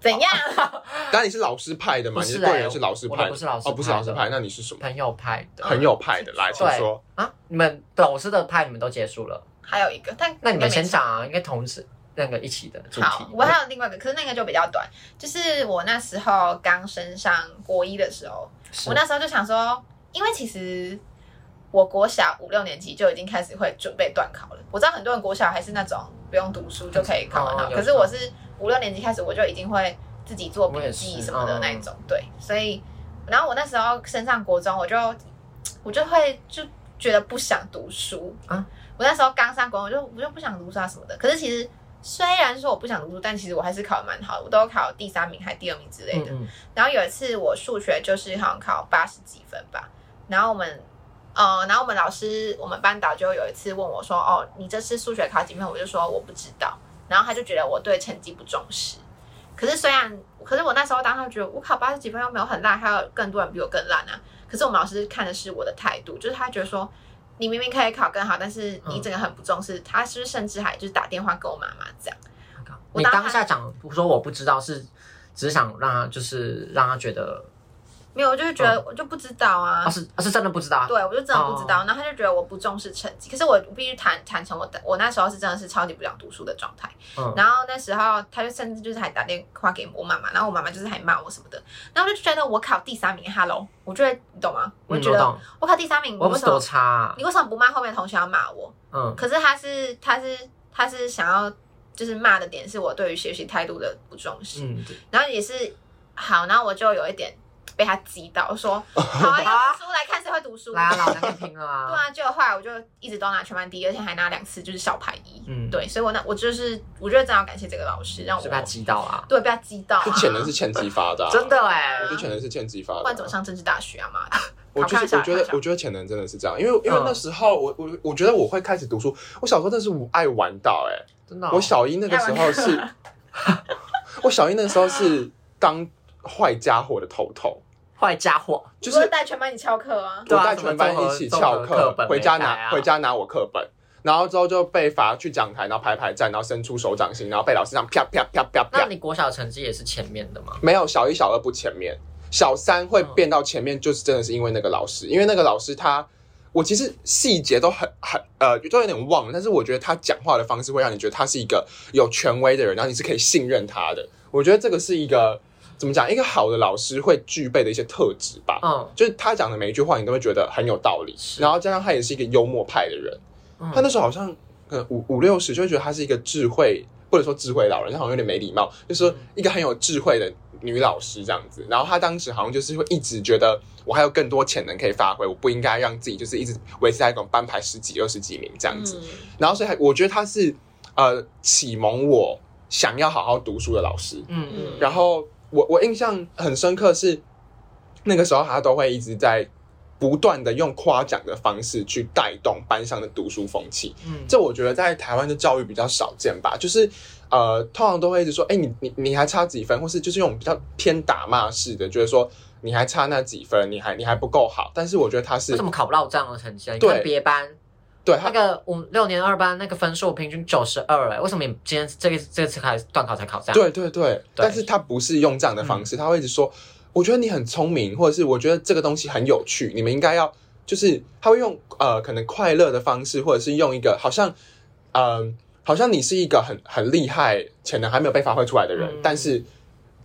Speaker 2: 怎样？
Speaker 3: 当然你是老师派的嘛，
Speaker 1: 不
Speaker 3: 你
Speaker 1: 是
Speaker 3: 是
Speaker 1: 欸
Speaker 3: 贵人是老师
Speaker 1: 我
Speaker 3: 派的，
Speaker 1: 不是老师
Speaker 3: 哦，不是老
Speaker 1: 派
Speaker 3: 师
Speaker 1: 的
Speaker 3: 派，那你是什么？
Speaker 1: 朋友派的
Speaker 3: 朋友派的，来，请
Speaker 1: 对
Speaker 3: 说。
Speaker 1: 啊，你们老师的派你们都结束了，
Speaker 2: 还有一个，但
Speaker 1: 那你们先
Speaker 2: 讲。
Speaker 1: 讲啊，应该同时那个一起的主题
Speaker 2: 哎好，。我还有另外一个，可是那个就比较短，就是我那时候刚升上国一的时候，
Speaker 1: 是
Speaker 2: 我那时候就想说，因为其实我国小五六年级就已经开始会准备断考了。我知道很多人国小还是那种不用读书就可以考完
Speaker 1: 哦
Speaker 2: 了，
Speaker 1: 有
Speaker 2: 可是我是五六年级开始我就已经会自己做笔
Speaker 1: 我也
Speaker 2: 记
Speaker 1: 是
Speaker 2: 什么的
Speaker 1: 嗯
Speaker 2: 那一种，对，所以然后我那时候升上国中，我就我就会就觉得不想读书
Speaker 1: 啊
Speaker 2: 我那时候刚上国中，我就我就不想读书啊什么的，可是其实。虽然说我不想读书，但其实我还是考得蛮好的，我都考第三名还第二名之类的。
Speaker 1: 嗯
Speaker 2: 然后有一次我数学就是好像考八十几分吧，然后我们，呃，然后我们老师我们班导就有一次问我说，哦，你这次数学考几分？我就说我不知道，然后他就觉得我对成绩不重视。可是虽然，可是我那时候当时觉得我考八十几分又没有很烂，还有更多人比我更烂啊。可是我们老师看的是我的态度，就是他觉得说你明明可以考更好，但是你整个很不重视。他是不是甚至还就是打电话跟我妈妈讲？
Speaker 1: 嗯，
Speaker 2: 我
Speaker 1: 你
Speaker 2: 当
Speaker 1: 当下讲说我不知道是，只是想让他就是让他觉得
Speaker 2: 没有，我就是觉得我就不知道啊
Speaker 1: 啊。是啊是真的不知道啊，
Speaker 2: 对，我就真的不知道，然后他就觉得我不重视成绩，可是我必须坦坦诚我的，我那时候是真的是超级不想读书的状态。
Speaker 1: 嗯，
Speaker 2: 然后那时候他就甚至就是还打电话给我妈妈，然后我妈妈就是还骂我什么的，然后我就觉得我考第三名，Hello，我觉得你懂吗？我就觉得
Speaker 1: 嗯
Speaker 2: 我考第三名，你
Speaker 1: 我
Speaker 2: 为
Speaker 1: 不是
Speaker 2: 什
Speaker 1: 多
Speaker 2: 么
Speaker 1: 差啊，
Speaker 2: 你为什么不骂后面的同学要骂我？
Speaker 1: 嗯
Speaker 2: 可是他是他是他是想要就是骂的点是我对于学习态度的不重视，
Speaker 1: 嗯，对
Speaker 2: 然后也是好，然后我就有一点被他激到，我 说好啊，要读书来看谁会读书，
Speaker 1: 来啊，老娘跟你拼了啊，
Speaker 2: 对啊，就后来我就一直都拿全班第一，而且还拿两次就是小排一。
Speaker 1: 嗯，
Speaker 2: 对，哦所以我那我就是我觉得真的要感谢这个老师，让我
Speaker 1: 是被他击倒啊，
Speaker 2: 对被他激到、啊，
Speaker 3: 这潜能是欠激发的、啊，
Speaker 1: 真的。哎
Speaker 3: 我，觉得潜能是欠激发
Speaker 2: 不
Speaker 3: 的、
Speaker 2: 然怎么上政治大学啊嘛？
Speaker 3: 我就
Speaker 2: 考
Speaker 3: 是
Speaker 2: 上
Speaker 3: 我觉得
Speaker 2: 考，上
Speaker 3: 我觉得潜能真的是这样，因为因为
Speaker 1: 嗯
Speaker 3: 那时候我我我觉得我会开始读书，我小时候真的是我爱玩到哎、
Speaker 1: 真的哦，
Speaker 3: 我小一那个时候是， 我小一那个时候是当坏家伙的头头，
Speaker 1: 坏家伙，
Speaker 3: 就是
Speaker 2: 我带全班你翘课啊，
Speaker 1: 对
Speaker 3: 我
Speaker 1: 啊
Speaker 3: 带全班一起翘
Speaker 1: 什么综合课本
Speaker 3: 回家
Speaker 1: 没带
Speaker 3: 拿
Speaker 1: 啊
Speaker 3: 回家拿我课本，然后之后就被罚去讲台，然后排排站，然后伸出手掌心，然后被老师这样啪啪啪啪
Speaker 1: 那
Speaker 3: 啪。
Speaker 1: 你国小成绩也是前面的吗？
Speaker 3: 没有小一、小二不前面，小三
Speaker 1: 嗯
Speaker 3: 会变到前面，就是真的是因为那个老师，因为那个老师他。我其实细节都很很呃，都有点忘了，但是我觉得他讲话的方式会让你觉得他是一个有权威的人，然后你是可以信任他的。我觉得这个是一个怎么讲，一个好的老师会具备的一些特质吧。
Speaker 1: 嗯
Speaker 3: 就是他讲的每一句话，你都会觉得很有道理。
Speaker 1: 是
Speaker 3: 然后加上他也是一个幽默派的人，他
Speaker 1: 嗯，
Speaker 3: 那时候好像可能五五六十，就会觉得他是一个智慧或者说智慧老人，他好像有点没礼貌，就是说一个很有智慧的女老师这样子。然后他当时好像就是会一直觉得我还有更多潜能可以发挥，我不应该让自己就是一直维持在一种班排十几、二十几名这样
Speaker 2: 嗯
Speaker 3: 子。然后所以还我觉得他是呃启蒙我想要好好读书的老师。
Speaker 1: 嗯
Speaker 3: 然后我我印象很深刻是，那个时候他都会一直在不断的用夸奖的方式去带动班上的读书风气。
Speaker 1: 嗯，
Speaker 3: 这我觉得在台湾的教育比较少见吧，就是呃，通常都会一直说，哎，你你你还差几分，或是就是用比较偏打骂式的，就是说你还差那几分，你还你还不够好。但是我觉得他
Speaker 1: 为
Speaker 3: 是
Speaker 1: 什么考不到这样的成绩啊？你
Speaker 3: 对
Speaker 1: 看别班
Speaker 3: 对
Speaker 1: 那
Speaker 3: 他
Speaker 1: 个五六年二班那个分数平均九十二，哎，为什么你今天这个这次开段考才考这样？
Speaker 3: 对对对，但是他不是用这样的方
Speaker 1: 嗯
Speaker 3: 式，他会一直说，我觉得你很聪明，或者是我觉得这个东西很有趣，你们应该要，就是他会用呃可能快乐的方式，或者是用一个好像，嗯、好像你是一个很很厉害，潜能还没有被发挥出来的人，
Speaker 1: 嗯
Speaker 3: 但是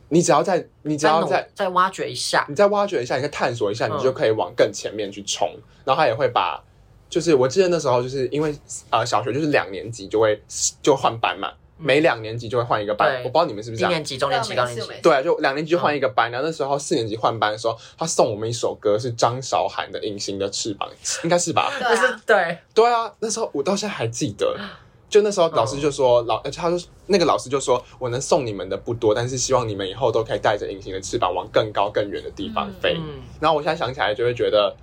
Speaker 3: 你只要在你只
Speaker 1: 再
Speaker 3: 要
Speaker 1: 努
Speaker 3: 在
Speaker 1: 再挖掘一下，
Speaker 3: 你再挖掘一下，你再探索一下，
Speaker 1: 嗯
Speaker 3: 你就可以往更前面去冲。然后他也会把，就是我记得那时候就是因为呃小学就是两年级就会就换班嘛，每两年级就会换一个班，
Speaker 1: 嗯对
Speaker 3: 我不知道你们是不是这
Speaker 1: 低
Speaker 3: 样。
Speaker 1: 年级、中年级、
Speaker 2: 对
Speaker 1: 高
Speaker 2: 啊
Speaker 1: 年
Speaker 2: 每次
Speaker 1: 级
Speaker 2: 每，次
Speaker 3: 对，就两年级就
Speaker 1: 嗯
Speaker 3: 换一个班，然后那时候四年级换班的时候，他送我们一首歌，是张韶涵的《隐形的翅膀》，应该是吧？
Speaker 2: 对
Speaker 1: 就
Speaker 2: 啊
Speaker 1: 是，对，
Speaker 3: 对啊，那时候我到现在还记得。 就那时候老
Speaker 1: 嗯
Speaker 3: 师就说、老，而且他就那个老师就说，我能送你们的不多，但是希望你们以后都可以带着隐形的翅膀往更高更远的地方
Speaker 2: 嗯
Speaker 3: 飞。
Speaker 1: 嗯，
Speaker 3: 然后我现在想起来就会觉得，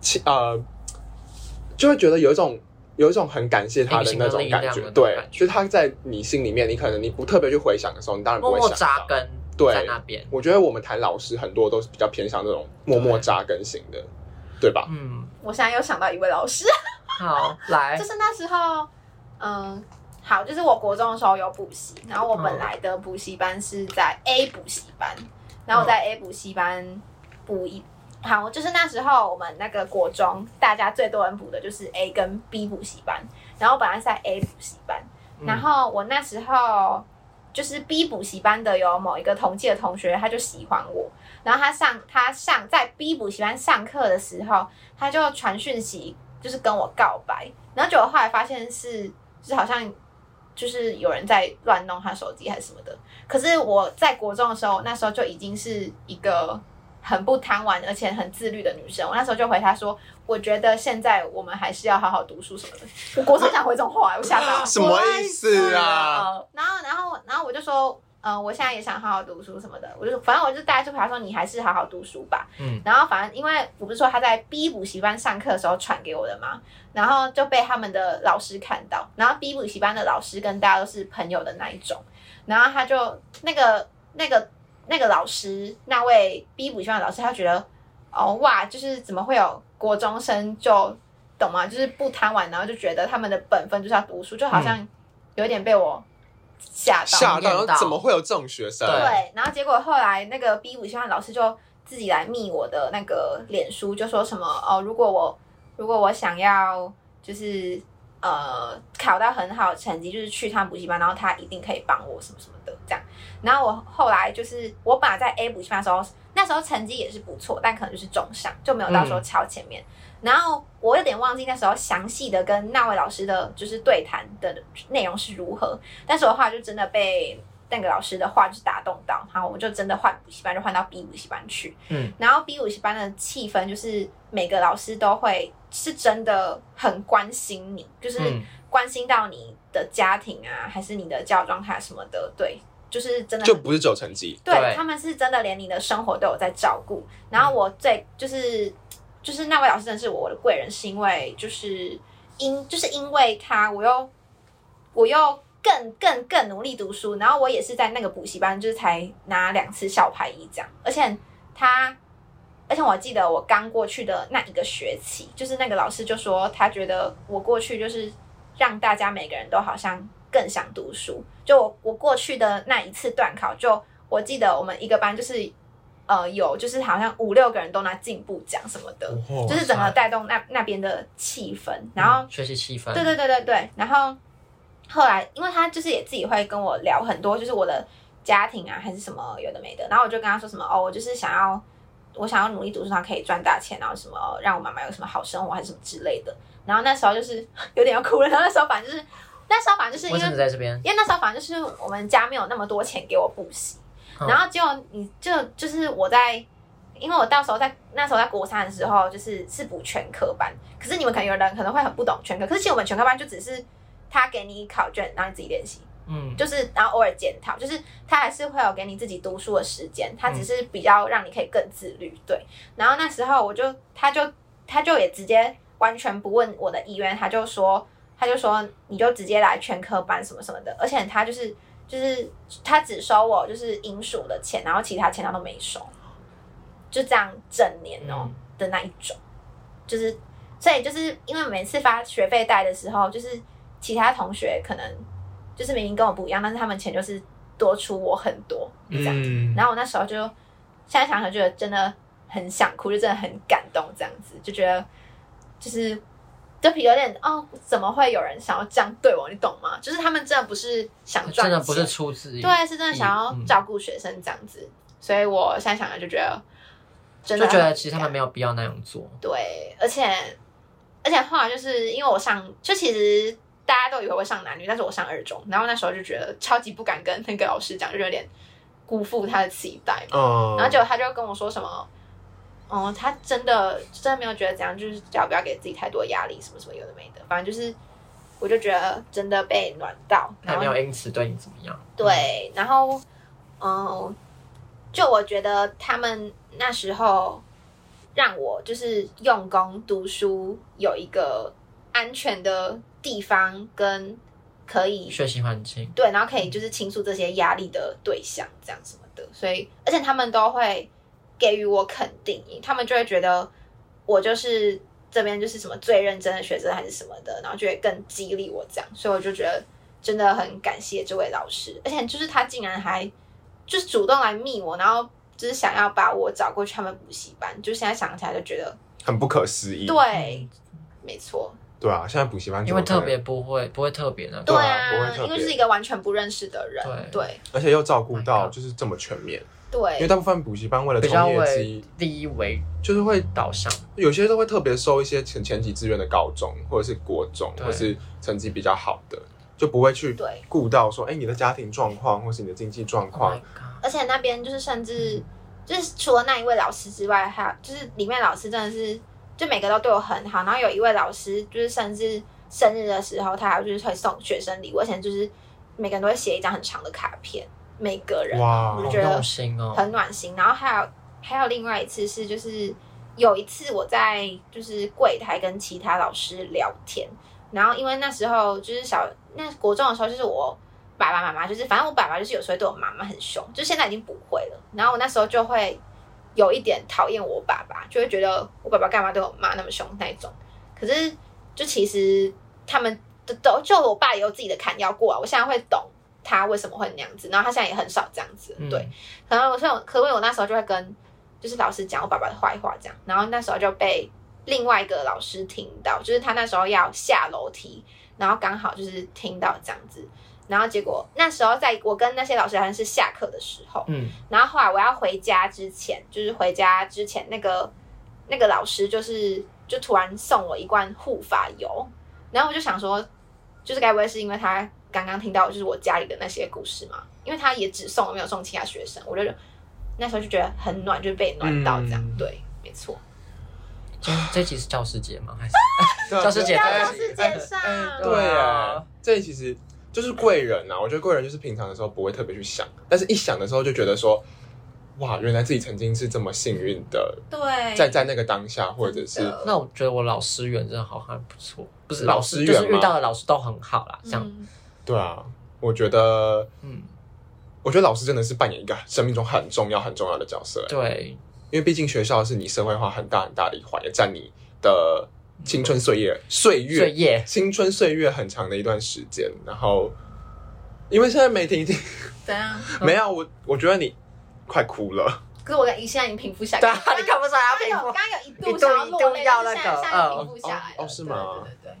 Speaker 3: 其呃，就会觉得有一种有一种很感谢他的那种感觉
Speaker 1: 隐形的力量的那，种
Speaker 3: 对
Speaker 1: 感，觉
Speaker 3: 就是他在你心里面，你可能你不特别去回想的时候，你当然不
Speaker 1: 默
Speaker 3: 会
Speaker 1: 默
Speaker 3: 想
Speaker 1: 扎
Speaker 3: 到。
Speaker 1: 根
Speaker 3: 对
Speaker 1: 在那边，
Speaker 3: 我觉得我们谈老师很多都是比较偏向这种默默扎根型的，对吧？
Speaker 1: 嗯，
Speaker 2: 我现在又想到一位老师，
Speaker 1: 好，来
Speaker 2: 就，是那时候，嗯，好，就是我国中的时候有补习，然后我本来的补习班是在
Speaker 1: 嗯
Speaker 2: A 补习班，然后我在 A 补习班补一。好，就是那时候我们那个国中，大家最多人补的就是 A 跟 B 补习班，然后我本来是在 A 补习班，
Speaker 1: 嗯
Speaker 2: 然后我那时候就是 B 补习班的有某一个同届的同学，他就喜欢我，然后他上他上在 B 补习班上课的时候，他就传讯息就是跟我告白，然后结果后来发现是就是好像就是有人在乱弄他手机还是什么的，可是我在国中的时候，那时候就已经是一个。很不贪玩，而且很自律的女生。我那时候就回他说：“我觉得现在我们还是要好好读书什么的。”我国中想回这种话，我吓到。
Speaker 3: 什么意思啊？
Speaker 1: 呃
Speaker 2: 然后，然后，然后我就说，呃，我现在也想好好读书什么的，我就反正我就大概就陪他说，你还是好好读书吧。
Speaker 1: 嗯，
Speaker 2: 然后反正因为我不是说他在 B 补习班上课的时候传给我的嘛，然后就被他们的老师看到，然后 B 补习班的老师跟大家都是朋友的那一种，然后他就那个那个那个老师那位 B 补习班的老师，他觉得哦哇，就是怎么会有国中生就懂吗？就是不贪玩，然后就觉得他们的本分就是要读书，就好像有点被我吓到。
Speaker 3: 吓到，
Speaker 1: 到
Speaker 3: 然后怎么会有这种学生？
Speaker 1: 对
Speaker 2: 对，然后结果后来那个 B 五习班老师就自己来密我的那个脸书，就说什么哦，如果我如果我想要就是呃考到很好的成绩，就是去趟补习班，然后他一定可以帮我什么什么的这样。然后我后来就是我本来在 A 补习班的时候，那时候成绩也是不错，但可能就是中上，就没有到说超前面。然后我有点忘记那时候详细的跟那位老师的就是对谈的内容是如何，但是我后来就真的被那个老师的话就是打动到，然后我就真的换补习班，就换到 B 补习班去。
Speaker 1: 嗯，
Speaker 2: 然后 B 补习班的气氛就是每个老师都会是真的很关心你，就是
Speaker 1: 嗯
Speaker 2: 关心到你的家庭啊，还是你的教育状啊态什么的，对，就是真的
Speaker 3: 就
Speaker 2: 很
Speaker 3: 不是走成绩。
Speaker 2: 对
Speaker 1: 对
Speaker 2: 他们是真的连你的生活都有在照顾。然后我最就是就是那位老师真的是我的贵人，是因为就是因就是因为他，我又我又更更更努力读书，然后我也是在那个补习班就是才拿两次校排一这样，而且他。而且我记得我刚过去的那一个学期，就是那个老师就说，他觉得我过去就是让大家每个人都好像更想读书。就我我过去的那一次段考，就我记得我们一个班就是呃有就是好像五六个人都拿进步奖什么的，
Speaker 3: 哦
Speaker 2: 就是整个带动那那边的气氛。然后
Speaker 1: 嗯学习气氛，
Speaker 2: 对对对对对，然后后来因为他就是也自己会跟我聊很多，就是我的家庭啊还是什么有的没的，然后我就跟他说什么哦，我就是想要我想要努力读书，然后可以赚大钱，然后什么、哦让我妈妈有什么好生活还是什么之类的。然后那时候就是有点要哭了，然后那时候反正就是那时候反正就是
Speaker 1: 为什
Speaker 2: 因
Speaker 1: 么
Speaker 2: 为
Speaker 1: 在这边？
Speaker 2: 因为那时候反正就是我们家没有那么多钱给我补习，
Speaker 1: 嗯
Speaker 2: 然后结果你就就是我在，因为我到时候在那时候在国三的时候，就是是补全科班，可是你们可能有人可能会很不懂全科，可是其实我们全科班就只是他给你考卷，然后你自己练习，
Speaker 1: 嗯，
Speaker 2: 就是然后偶尔检讨，就是他还是会有给你自己读书的时间，他只是比较让你可以更自律，对。然后那时候我就，他就他就也直接完全不问我的意愿，他就说他就说你就直接来全科班什么什么的，而且他就是就是他只收我就是英数的钱，然后其他钱他都没收，就这样整年哦、
Speaker 1: 嗯
Speaker 2: 的那一种，就是所以就是因为每次发学费贷的时候，就是其他同学可能就是明明跟我不一样，但是他们钱就是多出我很多这样。
Speaker 3: 嗯，
Speaker 2: 然后我那时候就现在想想，觉得真的很想哭，就真的很感动，这样子就觉得就是就有点哦，怎么会有人想要这样对我？你懂吗？就是他们真的不是想赚
Speaker 1: 真
Speaker 2: 钱，
Speaker 1: 的不是嗯出自于，
Speaker 2: 对，是真的想要照顾学生这样子。所以我现在想来就觉得真
Speaker 1: 就
Speaker 2: 的
Speaker 1: 觉
Speaker 2: 很
Speaker 1: 得其实他们
Speaker 2: 感
Speaker 1: 没有必要那样做。
Speaker 2: 对，而且而且后来就是因为我上，就其实大家都以为我上男女，但是我上二中，然后那时候就觉得超级不敢跟那个老师讲，就有点辜负他的期待嘛。
Speaker 3: 嗯，
Speaker 2: 然后结果他就跟我说什么，嗯，他真的真的没有觉得怎样，就是只要不要给自己太多压力，什么什么有的没的，反正就是，我就觉得真的被暖到，
Speaker 1: 他
Speaker 2: 然
Speaker 1: 也
Speaker 2: 后
Speaker 1: 没有因此对你怎么样。
Speaker 2: 对，然后嗯，就我觉得他们那时候让我就是用功读书有一个安全的地方跟可以
Speaker 1: 嗯学习环境，
Speaker 2: 对，然后可以就是倾诉这些压力的对象，这样什么的。所以，而且他们都会给予我肯定，他们就会觉得我就是这边就是什么最认真的学生还是什么的，然后就会更激励我这样。所以我就觉得真的很感谢这位老师，而且就是他竟然还就是主动来密我，然后就是想要把我找过去他们补习班，就现在想起来就觉得
Speaker 3: 很不可思议。
Speaker 2: 对，没错，
Speaker 3: 对啊，现在补习班
Speaker 1: 嗯因为特别，不会不会特别那
Speaker 3: 对
Speaker 1: 个，
Speaker 3: 啊不会
Speaker 2: 啊，
Speaker 3: 特
Speaker 2: 因为
Speaker 3: 别
Speaker 2: 是一个完全不认识的人，
Speaker 1: 对
Speaker 2: 对
Speaker 3: 而且又照顾
Speaker 1: My
Speaker 3: 到
Speaker 1: God
Speaker 3: 就是这么全面，因为
Speaker 2: 对
Speaker 3: 大部分补习班为了
Speaker 1: 比较
Speaker 3: 冲业
Speaker 1: 为
Speaker 3: 绩，
Speaker 1: 第一为
Speaker 3: 就是会
Speaker 1: 导向。
Speaker 3: 有些都会特别收一些前前几志愿的高中或者是国中，
Speaker 1: 对
Speaker 3: 或是成绩比较好的，就不会去
Speaker 2: 对
Speaker 3: 顾到说，哎、你的家庭状况或是你的经济状
Speaker 1: Oh
Speaker 3: 况
Speaker 1: my god！
Speaker 2: 而且那边就是甚至就是除了那一位老师之外，还有就是里面老师真的是就每个都对我很好，然后有一位老师就是甚至生日的时候，他还就是会送学生礼物，而且就是每个人都会写一张很长的卡片，每个人
Speaker 3: 哇
Speaker 2: 我就
Speaker 1: 好
Speaker 2: 觉得
Speaker 1: 用心哦，
Speaker 2: 很暖心。然后还有还有另外一次是，就是有一次我在就是柜台跟其他老师聊天，然后因为那时候就是小那国中的时候，就是我爸爸妈妈就是反正我爸爸就是有时候对我妈妈很凶，就现在已经不会了。然后我那时候就会有一点讨厌我爸爸，就会觉得我爸爸干嘛对我妈那么凶那一种。可是就其实他们都都就我爸也有自己的坎要过啊，我现在会懂。他为什么会那样子？然后他现在也很少这样子，
Speaker 1: 嗯
Speaker 2: 对。可能我所以我可能我那时候就会跟就是老师讲我爸爸的坏话这样，然后那时候就被另外一个老师听到，就是他那时候要下楼梯，然后刚好就是听到这样子，然后结果那时候在我跟那些老师好像是下课的时候，
Speaker 1: 嗯，
Speaker 2: 然后后来我要回家之前，就是回家之前那个那个老师就是就突然送我一罐护发油，然后我就想说，就是该不会是因为他刚刚听到就是我家里的那些故事嘛？因为他也只送我没有送其他学生，我就那时候就觉得很暖，就被暖到这样，
Speaker 3: 嗯
Speaker 2: 对，没错。
Speaker 1: 今天这集是教师节吗？还是
Speaker 3: 对啊
Speaker 1: 教师节
Speaker 3: 哎
Speaker 2: 教师节上
Speaker 1: 哎
Speaker 3: 对啊
Speaker 1: 啊，，
Speaker 3: 这其实就是贵人啊。我觉得贵人就是平常的时候不会特别去想，但是一想的时候就觉得说，哇，原来自己曾经是这么幸运的，
Speaker 2: 哎
Speaker 4: 对，
Speaker 3: 在在那个当下，或者是
Speaker 4: 真的
Speaker 1: 那我觉得我老师缘真的好像不错，不是
Speaker 3: 老
Speaker 1: 老师
Speaker 3: 师
Speaker 1: 就
Speaker 3: 缘
Speaker 1: 是遇
Speaker 3: 吗
Speaker 1: 到的老师都很好啦，这样，
Speaker 4: 嗯
Speaker 3: 对啊，我觉得，
Speaker 1: 嗯，
Speaker 3: 我觉得老师真的是扮演一个生命中很重要很重要的角色、哎
Speaker 1: 对，
Speaker 3: 因为毕竟学校是你社会化很大很大的一环，也占你的青春岁月岁月
Speaker 1: 岁夜
Speaker 3: 青春岁月很长的一段时间，然后因为现在媒体已经
Speaker 4: 怎
Speaker 2: 嗯
Speaker 4: 样？
Speaker 1: 嗯
Speaker 3: 没有我，我觉得你快哭 了，
Speaker 4: 可是我现在已经平复下
Speaker 1: 对啊
Speaker 4: 来，，
Speaker 1: 你看不出来他
Speaker 4: 刚
Speaker 1: 平
Speaker 4: 有
Speaker 1: 复
Speaker 4: 刚。刚有一
Speaker 1: 一
Speaker 4: 度
Speaker 1: 度
Speaker 4: 想要
Speaker 1: 一
Speaker 4: 落
Speaker 1: 度
Speaker 4: 泪，
Speaker 1: 要那
Speaker 4: 但是现
Speaker 1: 个
Speaker 4: 在现在
Speaker 1: 嗯
Speaker 4: 平复下来了
Speaker 3: 哦哦是吗
Speaker 4: 对对对对，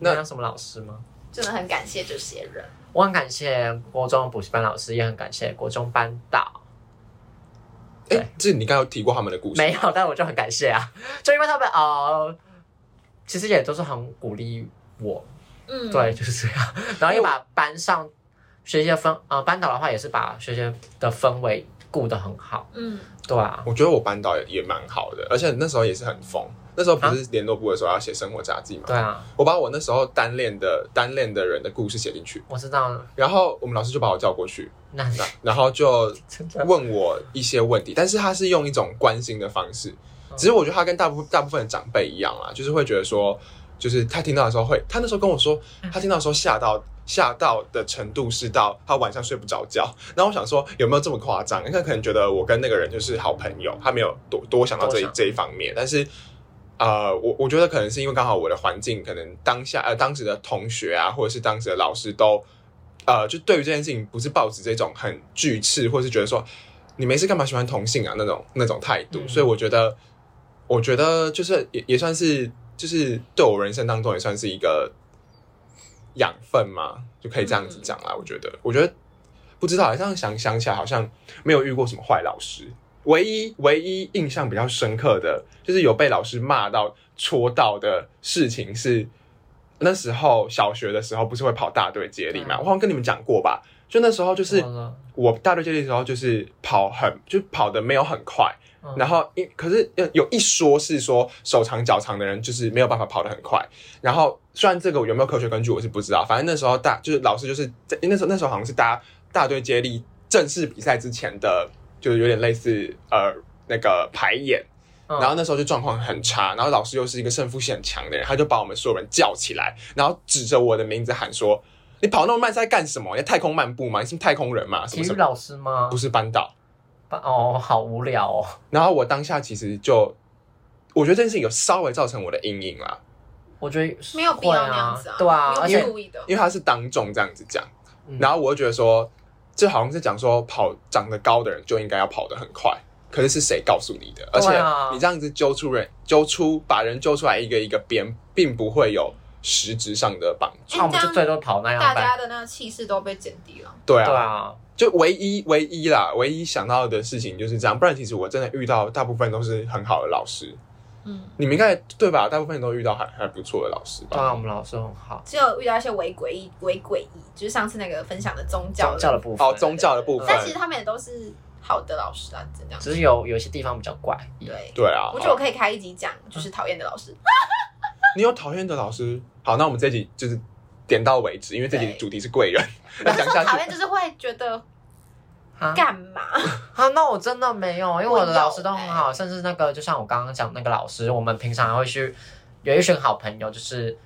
Speaker 1: 那
Speaker 3: 那
Speaker 1: 有什么老师吗？
Speaker 4: 真的很感谢这些人。
Speaker 1: 我很感谢国中补习班老师，也很感谢国中班导。对
Speaker 3: 哎，这你刚刚有提过他们的故事吗
Speaker 1: 没有，但我就很感谢啊，就因为他们呃，其实也都是很鼓励我，
Speaker 4: 嗯，
Speaker 1: 对，就是这样。然后也把班上学习的氛呃班导的话，也是把学习的氛围顾得很好，
Speaker 4: 嗯，
Speaker 1: 对啊，
Speaker 3: 我觉得我班导也也蛮好的，而且那时候也是很疯。那时候不是联络部的时候要写生活杂记嘛？
Speaker 1: 啊对啊，
Speaker 3: 我把我那时候单恋的单恋的人的故事写进去，
Speaker 1: 我知道了，
Speaker 3: 然后我们老师就把我叫过去，
Speaker 1: 那你
Speaker 3: 然然后就
Speaker 1: 真的
Speaker 3: 问我一些问题，但是他是用一种关心的方式，
Speaker 1: 哦
Speaker 3: 只是我觉得他跟大部大部分的长辈一样啦，就是会觉得说，就是他听到的时候会，他那时候跟我说，
Speaker 1: 嗯
Speaker 3: 他听到的时候吓到吓到的程度是到他晚上睡不着觉，然后我想说有没有这么夸张？因为他可能觉得我跟那个人就是好朋友，他没有多多想到这一
Speaker 1: 多想
Speaker 3: 这一方面，但是。呃，我我觉得可能是因为刚好我的环境，可能当下呃当时的同学啊，或者是当时的老师都，呃，就对于这件事情不是抱持这种很拒斥，或是觉得说你没事干嘛喜欢同性啊那种那种态度，
Speaker 1: 嗯
Speaker 3: 所以我觉得，我觉得就是也也算是就是对我人生当中也算是一个养分嘛，就可以这样子讲啦。我觉得，我觉得不知道欸，这样想想起来好像没有遇过什么坏老师，唯一唯一印象比较深刻的，就是有被老师骂到戳到的事情是，那时候小学的时候不是会跑大队接力嘛？
Speaker 1: 嗯
Speaker 3: 我好像跟你们讲过吧？就那时候就是
Speaker 1: 怎么了
Speaker 3: 我大队接力的时候，就是跑很就跑的没有很快，
Speaker 1: 嗯
Speaker 3: 然后一可是有有一说是说手长脚长的人就是没有办法跑得很快，然后虽然这个有没有科学根据我是不知道，反正那时候大就是老师就是在那时候那时候好像是大大队接力正式比赛之前的，就是有点类似呃那个排演，
Speaker 1: 嗯
Speaker 3: 然后那时候就状况很差，然后老师又是一个胜负心很强的人，他就把我们所有人叫起来，然后指着我的名字喊说：“你跑那么慢是在干什么？你在太空漫步吗？你是不是太空人吗？什
Speaker 1: 体
Speaker 3: 么
Speaker 1: 育
Speaker 3: 什么？
Speaker 1: 老师吗
Speaker 3: 不？是班导。”
Speaker 1: 哦，好无聊哦，
Speaker 3: 然后我当下其实就，我觉得这件事情有稍微造成我的阴影啦，
Speaker 1: 我觉得
Speaker 4: 没有必要
Speaker 1: 会
Speaker 4: 那样子啊，
Speaker 1: 对啊，而
Speaker 4: 没有
Speaker 1: 且
Speaker 4: 故意的。
Speaker 3: 因为他是当众这样子讲，
Speaker 1: 嗯
Speaker 3: 然后我就觉得说，这好像是讲说跑长得高的人就应该要跑得很快，可是是谁告诉你的？而且
Speaker 1: 对啊
Speaker 3: 你这样子揪出人，揪出把人揪出来一个一个编，并不会有实质上的帮助。
Speaker 1: 那我们就最多跑那样
Speaker 4: 大
Speaker 1: 班，
Speaker 4: 家的那个气势都被减低了。
Speaker 3: 对啊，
Speaker 1: 对啊，
Speaker 3: 就唯一唯一啦，唯一想到的事情就是这样，不然其实我真的遇到大部分都是很好的老师，
Speaker 4: 嗯，
Speaker 3: 你们应该对吧？大部分都遇到还还不错的老师吧？
Speaker 1: 啊当然我们老师很好，
Speaker 4: 只有遇到一些违诡异、违诡异，就是上次那个分享的宗教
Speaker 1: 宗
Speaker 4: 的
Speaker 1: 教的部分，
Speaker 3: 哦，宗教的部分，
Speaker 4: 但其实他们也都是好的老师啊，这样。
Speaker 1: 只是有有些地方比较怪，
Speaker 4: 对，
Speaker 3: 对啊，
Speaker 4: 我觉得我可以开一集讲，就是讨厌的老师。
Speaker 3: 你有讨厌的老师。好，那我们这集就是点到为止，因为这集的
Speaker 4: 对
Speaker 3: 主题是贵人。那讲下
Speaker 4: 讨
Speaker 3: 去，
Speaker 4: 厌就是会觉得
Speaker 1: 啊
Speaker 4: 干嘛？
Speaker 1: 啊，那我真的没有，因为欸
Speaker 4: 我
Speaker 1: 我的
Speaker 4: 有
Speaker 1: 老师都很好，甚至那个就像我刚刚讲那个老师，我们平常还会去有一群好朋友，就是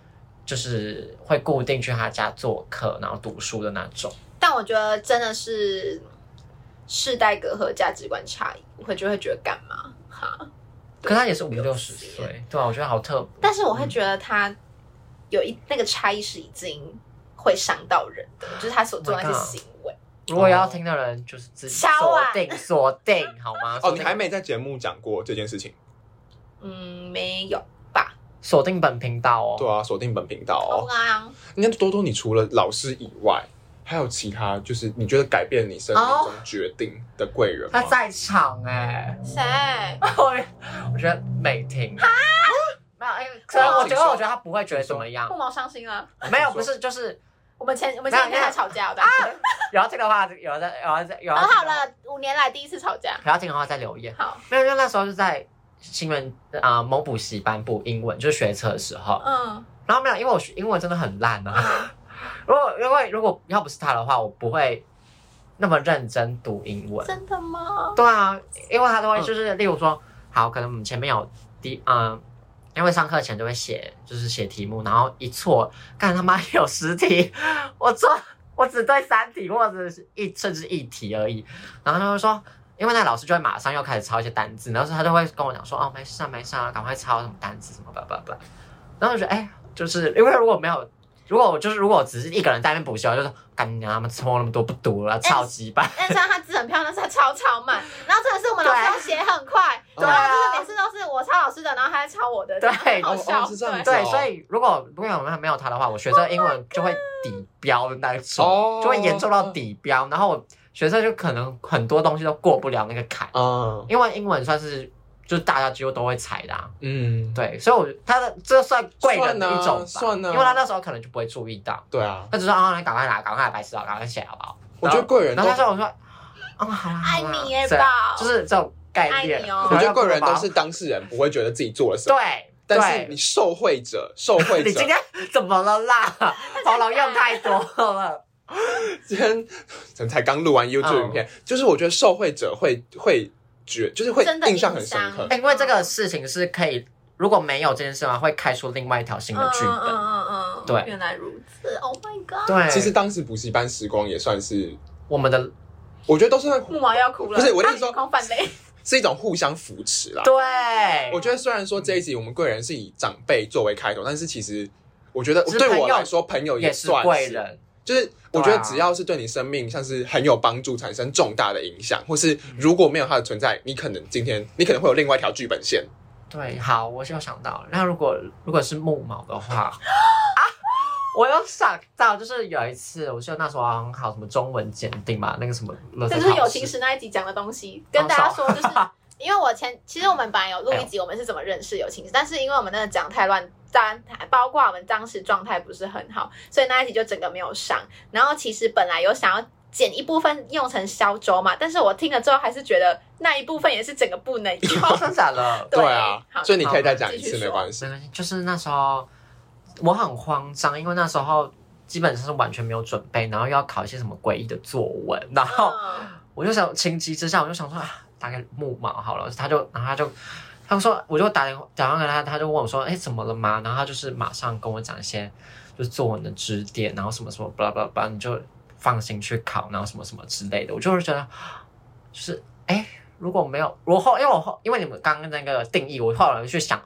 Speaker 1: 就是会固定去他家做客，然后读书的那种。
Speaker 4: 但我觉得真的是世代隔阂、价值观差异，我会就会觉得干嘛哈。
Speaker 1: 可他也是五六十岁，对啊，我觉得好特别。
Speaker 4: 但是我会觉得他有一那个差异是已经会伤到人的，就是他所做的那些
Speaker 1: Oh my God
Speaker 4: 行为。
Speaker 1: 如果要听的人，就是自己
Speaker 4: 敲
Speaker 1: 锁
Speaker 4: 碗
Speaker 1: 定锁定好吗？
Speaker 3: 哦，
Speaker 1: 锁
Speaker 3: 你
Speaker 1: 定
Speaker 3: 还没在节目讲过这件事情。
Speaker 4: 嗯，没有吧？
Speaker 1: 锁定本频道哦。
Speaker 3: 对啊，锁定本频道
Speaker 4: 哦
Speaker 3: 哦。
Speaker 4: 啊，
Speaker 3: 那多多，你除了老师以外，还有其他就是你觉得改变你生命
Speaker 4: 哦
Speaker 3: 中决定的贵人吗？
Speaker 1: 他在场哎、
Speaker 4: 谁？
Speaker 1: 我觉得美婷啊，没有，哎可能
Speaker 3: 哦
Speaker 1: 我觉
Speaker 3: 请
Speaker 1: 得
Speaker 3: 说
Speaker 1: 我觉得他不会觉得怎么样
Speaker 4: 不，毛哦伤心了。
Speaker 1: 没有，
Speaker 3: 请说
Speaker 1: 不是就是
Speaker 4: 我们前我们前几天还吵架的。
Speaker 1: 有要听的话，有要在有要在有要
Speaker 4: 很
Speaker 1: 听的
Speaker 4: 哦好
Speaker 1: 话
Speaker 4: 了，五年来第一次吵架。
Speaker 1: 有要听的话再留言。
Speaker 4: 好，
Speaker 1: 没有，因为那时候是在新闻啊、某补习班补英文，就是学车的时候，
Speaker 4: 嗯，
Speaker 1: 然后没有，因为我学英文真的很烂啊。 如果因为如果要不是他的话，我不会那么认真读英文。
Speaker 4: 真的吗？
Speaker 1: 对啊，因为他都会就是，例如说，好，可能我们前面有第嗯，因为上课前就会写，就是写题目，然后一错，干他妈有十题， 我错，我只对三题或者是一甚至一题而已，然后他就会说。因为那老师就会马上要开始抄一些单字，然后他就会跟我讲说：“哦，没事啊，没事啊，赶快抄什么单字什么吧吧吧。”然后我就觉得，哎、就是因为如果没有，如果我就是如果我只是一个人在那边补习，我就说：“干你娘，他们抄那么多不读了，超级棒。”
Speaker 4: 但是他字很漂亮，但是他抄超慢。然后真的是我们老师
Speaker 1: 对
Speaker 4: 要写很快，
Speaker 3: 对
Speaker 4: 然后就是每次都是我抄老师的，然后他在抄我的，
Speaker 1: 对
Speaker 4: 很好
Speaker 3: 哦
Speaker 4: 笑。
Speaker 3: 哦是这样子
Speaker 1: 对，
Speaker 3: 哦 Oh
Speaker 1: 所以如果如果没有他的话，我学这个英文就会底标的那种
Speaker 3: 哦
Speaker 1: 就会严重到底标，
Speaker 3: Oh
Speaker 1: 然后我学这就可能很多东西都过不了那个坎，
Speaker 3: 啊，
Speaker 1: 因为英文算是就是大家几乎都会踩的、啊，
Speaker 3: 嗯，
Speaker 1: 对，所以我他的这算贵人的一种
Speaker 3: 算
Speaker 1: 吧，
Speaker 3: 啊算啊
Speaker 1: 因为他那时候可能就不会注意到，
Speaker 3: 对啊，
Speaker 1: 他只说啊，你赶快来，赶快来，白痴啊，赶快写好不好？
Speaker 3: 我觉得贵人
Speaker 1: 然
Speaker 3: 都
Speaker 1: 后他，说我说啊，好啦，
Speaker 4: 爱
Speaker 1: 好啦
Speaker 4: 你耶
Speaker 1: 这样
Speaker 4: 宝
Speaker 1: 就是这种概念
Speaker 4: 爱，你哦
Speaker 3: 我觉得贵人都
Speaker 1: 然后
Speaker 3: 是当事人不会觉得自己做了什么，
Speaker 1: 对，
Speaker 3: 但是
Speaker 1: 对
Speaker 3: 你受惠者，受惠
Speaker 1: 你
Speaker 3: 者
Speaker 1: 今天怎么了 啦？喉咙用太多了。
Speaker 3: 今天 怎么才刚录完 YouTube
Speaker 1: 嗯
Speaker 3: 影片，就是我觉得受惠者会会觉，就是会
Speaker 4: 真的
Speaker 3: 印象
Speaker 4: 影
Speaker 3: 很深刻
Speaker 4: 响。
Speaker 1: 因为这个事情是可以，如果没有这件事的话，会开出另外一条新的剧
Speaker 4: 嗯
Speaker 1: 本。
Speaker 4: 嗯嗯嗯，
Speaker 1: 对
Speaker 4: 原来如此，Oh my god！
Speaker 1: 对，
Speaker 3: 其实当时补习班时光也算是，
Speaker 1: 我们的
Speaker 3: 我觉得都是
Speaker 4: 木毛要哭了，
Speaker 3: 不是我的意思说
Speaker 4: 啊狂反泪，
Speaker 3: 是一种互相扶持啦。
Speaker 1: 对，
Speaker 3: 我觉得虽然说这一集我们贵人是以长辈作为开头，但是其实我觉得
Speaker 1: 是
Speaker 3: 对
Speaker 1: 朋
Speaker 3: 我
Speaker 1: 友
Speaker 3: 来说，朋友
Speaker 1: 也是
Speaker 3: 算
Speaker 1: 贵人，
Speaker 3: 就是我觉得
Speaker 1: 对啊
Speaker 3: 只要是对你生命像是很有帮助、产生重大的影响，或是如果没有他的存在，你可能今天你可能会有另外一条剧本线。
Speaker 1: 对，好，我就想到了，那如果如果是木毛的 话，啊，我有想到，就是有一次，我记得那时候好像考什么中文检定嘛，那个什么，
Speaker 4: 这就是友情史那一集讲的东西，跟大家说就是。 因为我前其实我们本来有录一集，我们是怎么认识友情史，但是因为我们真的讲太乱，当包括我们当时状态不是很好，所以那一集就整个没有上。然后其实本来有想要剪一部分用成消舟嘛，但是我听了之后还是觉得那一部分也是整个不能 用。
Speaker 1: 考真假了，
Speaker 4: 对
Speaker 3: 啊，
Speaker 4: 好
Speaker 3: 所以你可以再讲一
Speaker 4: 继
Speaker 3: 次，
Speaker 4: 续说
Speaker 3: 没关系
Speaker 1: 没。关系，就是那时候我很慌张，因为那时候基本上是完全没有准备，然后又要考一些什么诡异的作文，然后
Speaker 4: 嗯
Speaker 1: 我就想情急之下，我就想说啊，打给木马好了，他就然后他就。他就说，我就打电话打电话给他，他就问我说：“哎，怎么了吗？”然后他就是马上跟我讲一些就是作文的指点，然后什么什么巴拉巴拉巴拉，你就放心去考，然后什么什么之类的。我就是觉得，啊就是哎，诶如果没有我后，因为我后，因为你们刚刚那个定义，我后来去想，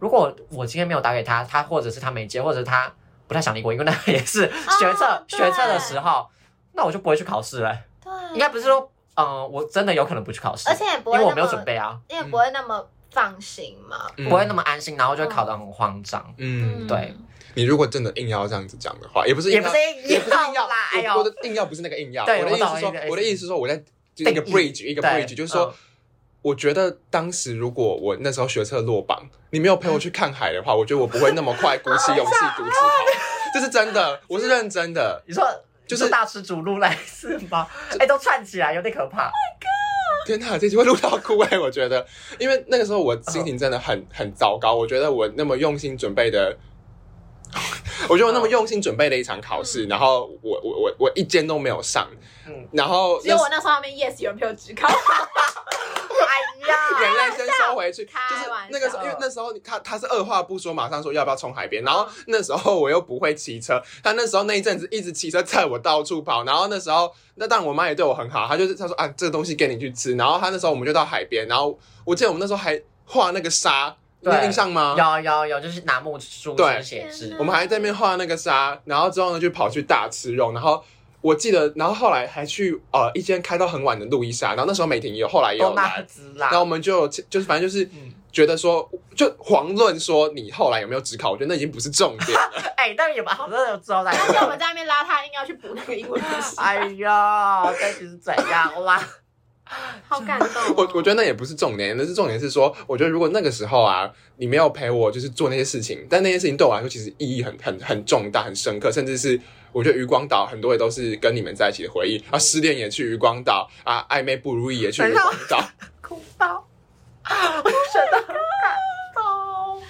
Speaker 1: 如果我今天没有打给他，他或者是他没接，或者是他不太想理我，因为那个也是学测、
Speaker 4: 哦对
Speaker 1: 学测的时候，那我就不会去考试了、应
Speaker 4: 对，
Speaker 1: 该不是说，嗯、我真的有可能不去考试，
Speaker 4: 而且也不
Speaker 1: 因
Speaker 4: 会
Speaker 1: 为
Speaker 4: 那么，
Speaker 1: 我没有准备啊，
Speaker 4: 也不会那么放心嘛。
Speaker 3: 嗯
Speaker 1: 不会那么安心，然后就会考得很慌张。
Speaker 3: 嗯，
Speaker 1: 对，
Speaker 3: 你如果真的硬要这样子讲的话，也不是硬
Speaker 1: 也
Speaker 3: 要
Speaker 1: 不是
Speaker 3: 也不是硬
Speaker 1: 要
Speaker 3: 要
Speaker 1: 啦，哎
Speaker 3: 我我
Speaker 1: 呦，
Speaker 3: 的硬要不是那个硬要，
Speaker 1: 对
Speaker 3: 我的意思是
Speaker 1: 我懂你的意
Speaker 3: 说，
Speaker 1: 思
Speaker 3: 我的意思是说，我在就是一个
Speaker 1: 定义
Speaker 3: bridge 一个
Speaker 1: 对
Speaker 3: bridge，就是说
Speaker 1: 嗯，
Speaker 3: 我觉得当时如果我那时候学测落榜，你没有陪我去看海的话，我觉得我不会那么快鼓起勇气 读职考，这是真的，我是认真的。
Speaker 1: 你说
Speaker 3: 就是
Speaker 1: 你说大吃主路类似吗？哎，都串起来有点可怕。
Speaker 3: 天呐，这集会录到哭哎、我觉得，因为那个时候我心情真的
Speaker 4: 嗯
Speaker 3: 很很糟糕，我觉得我那么用心准备的。我觉得我那
Speaker 4: 嗯
Speaker 3: 么用心准备了一场考试，然后我我我我一间都没有上，
Speaker 1: 嗯，
Speaker 3: 然后
Speaker 4: 只
Speaker 3: 那
Speaker 4: 有我那时候那边 yes 有人陪我只 考，
Speaker 1: 哎呀，
Speaker 3: 眼泪先收回去，
Speaker 4: 开
Speaker 3: 就是
Speaker 4: 玩笑
Speaker 3: 那个时候，因为那时候他他是二话不说，马上说要不要冲海边，然后
Speaker 4: 嗯
Speaker 3: 那时候我又不会骑车，他那时候那一阵子一直骑车载我到处跑，然后那时候那当然我妈也对我很好，她就是她说啊这个东西给你去吃，然后她那时候我们就到海边，然后我记得我们那时候还画那个沙，你有
Speaker 1: 对
Speaker 3: 印象吗？
Speaker 1: 有有有，就是拿木梳
Speaker 3: 嗯对
Speaker 1: 子写字
Speaker 4: 天哪
Speaker 3: 我们还在那边画那个沙，然后之后呢就跑去大吃肉，然后我记得，然后后来还去呃一间开到很晚的路易莎，然后那时候美婷也有，后来也有
Speaker 1: 都那
Speaker 3: 来，
Speaker 1: 只
Speaker 3: 然后我
Speaker 1: 啦。
Speaker 3: 们就有就是反正就是
Speaker 1: 嗯
Speaker 3: 觉得说，就遑论说你后来有没有只考，我觉得那已经不是重点了。
Speaker 1: 哎，但也蛮好，真的有知道在。
Speaker 2: 但是我们在那边拉他，硬要去补那个英文补习，
Speaker 1: 哎呀，这是怎样啦？
Speaker 2: 好感动哦、
Speaker 3: 我我觉得那也不是重点，那是重点是说，我觉得如果那个时候啊，你没有陪我就是做那些事情，但那些事情对我来说其实意义很很很重大、很深刻，甚至是我觉得渔光岛很多也都是跟你们在一起的回忆啊，失恋也去渔光岛啊，暧昧不如意也去渔光岛，
Speaker 1: 哭爆！我觉得很感动。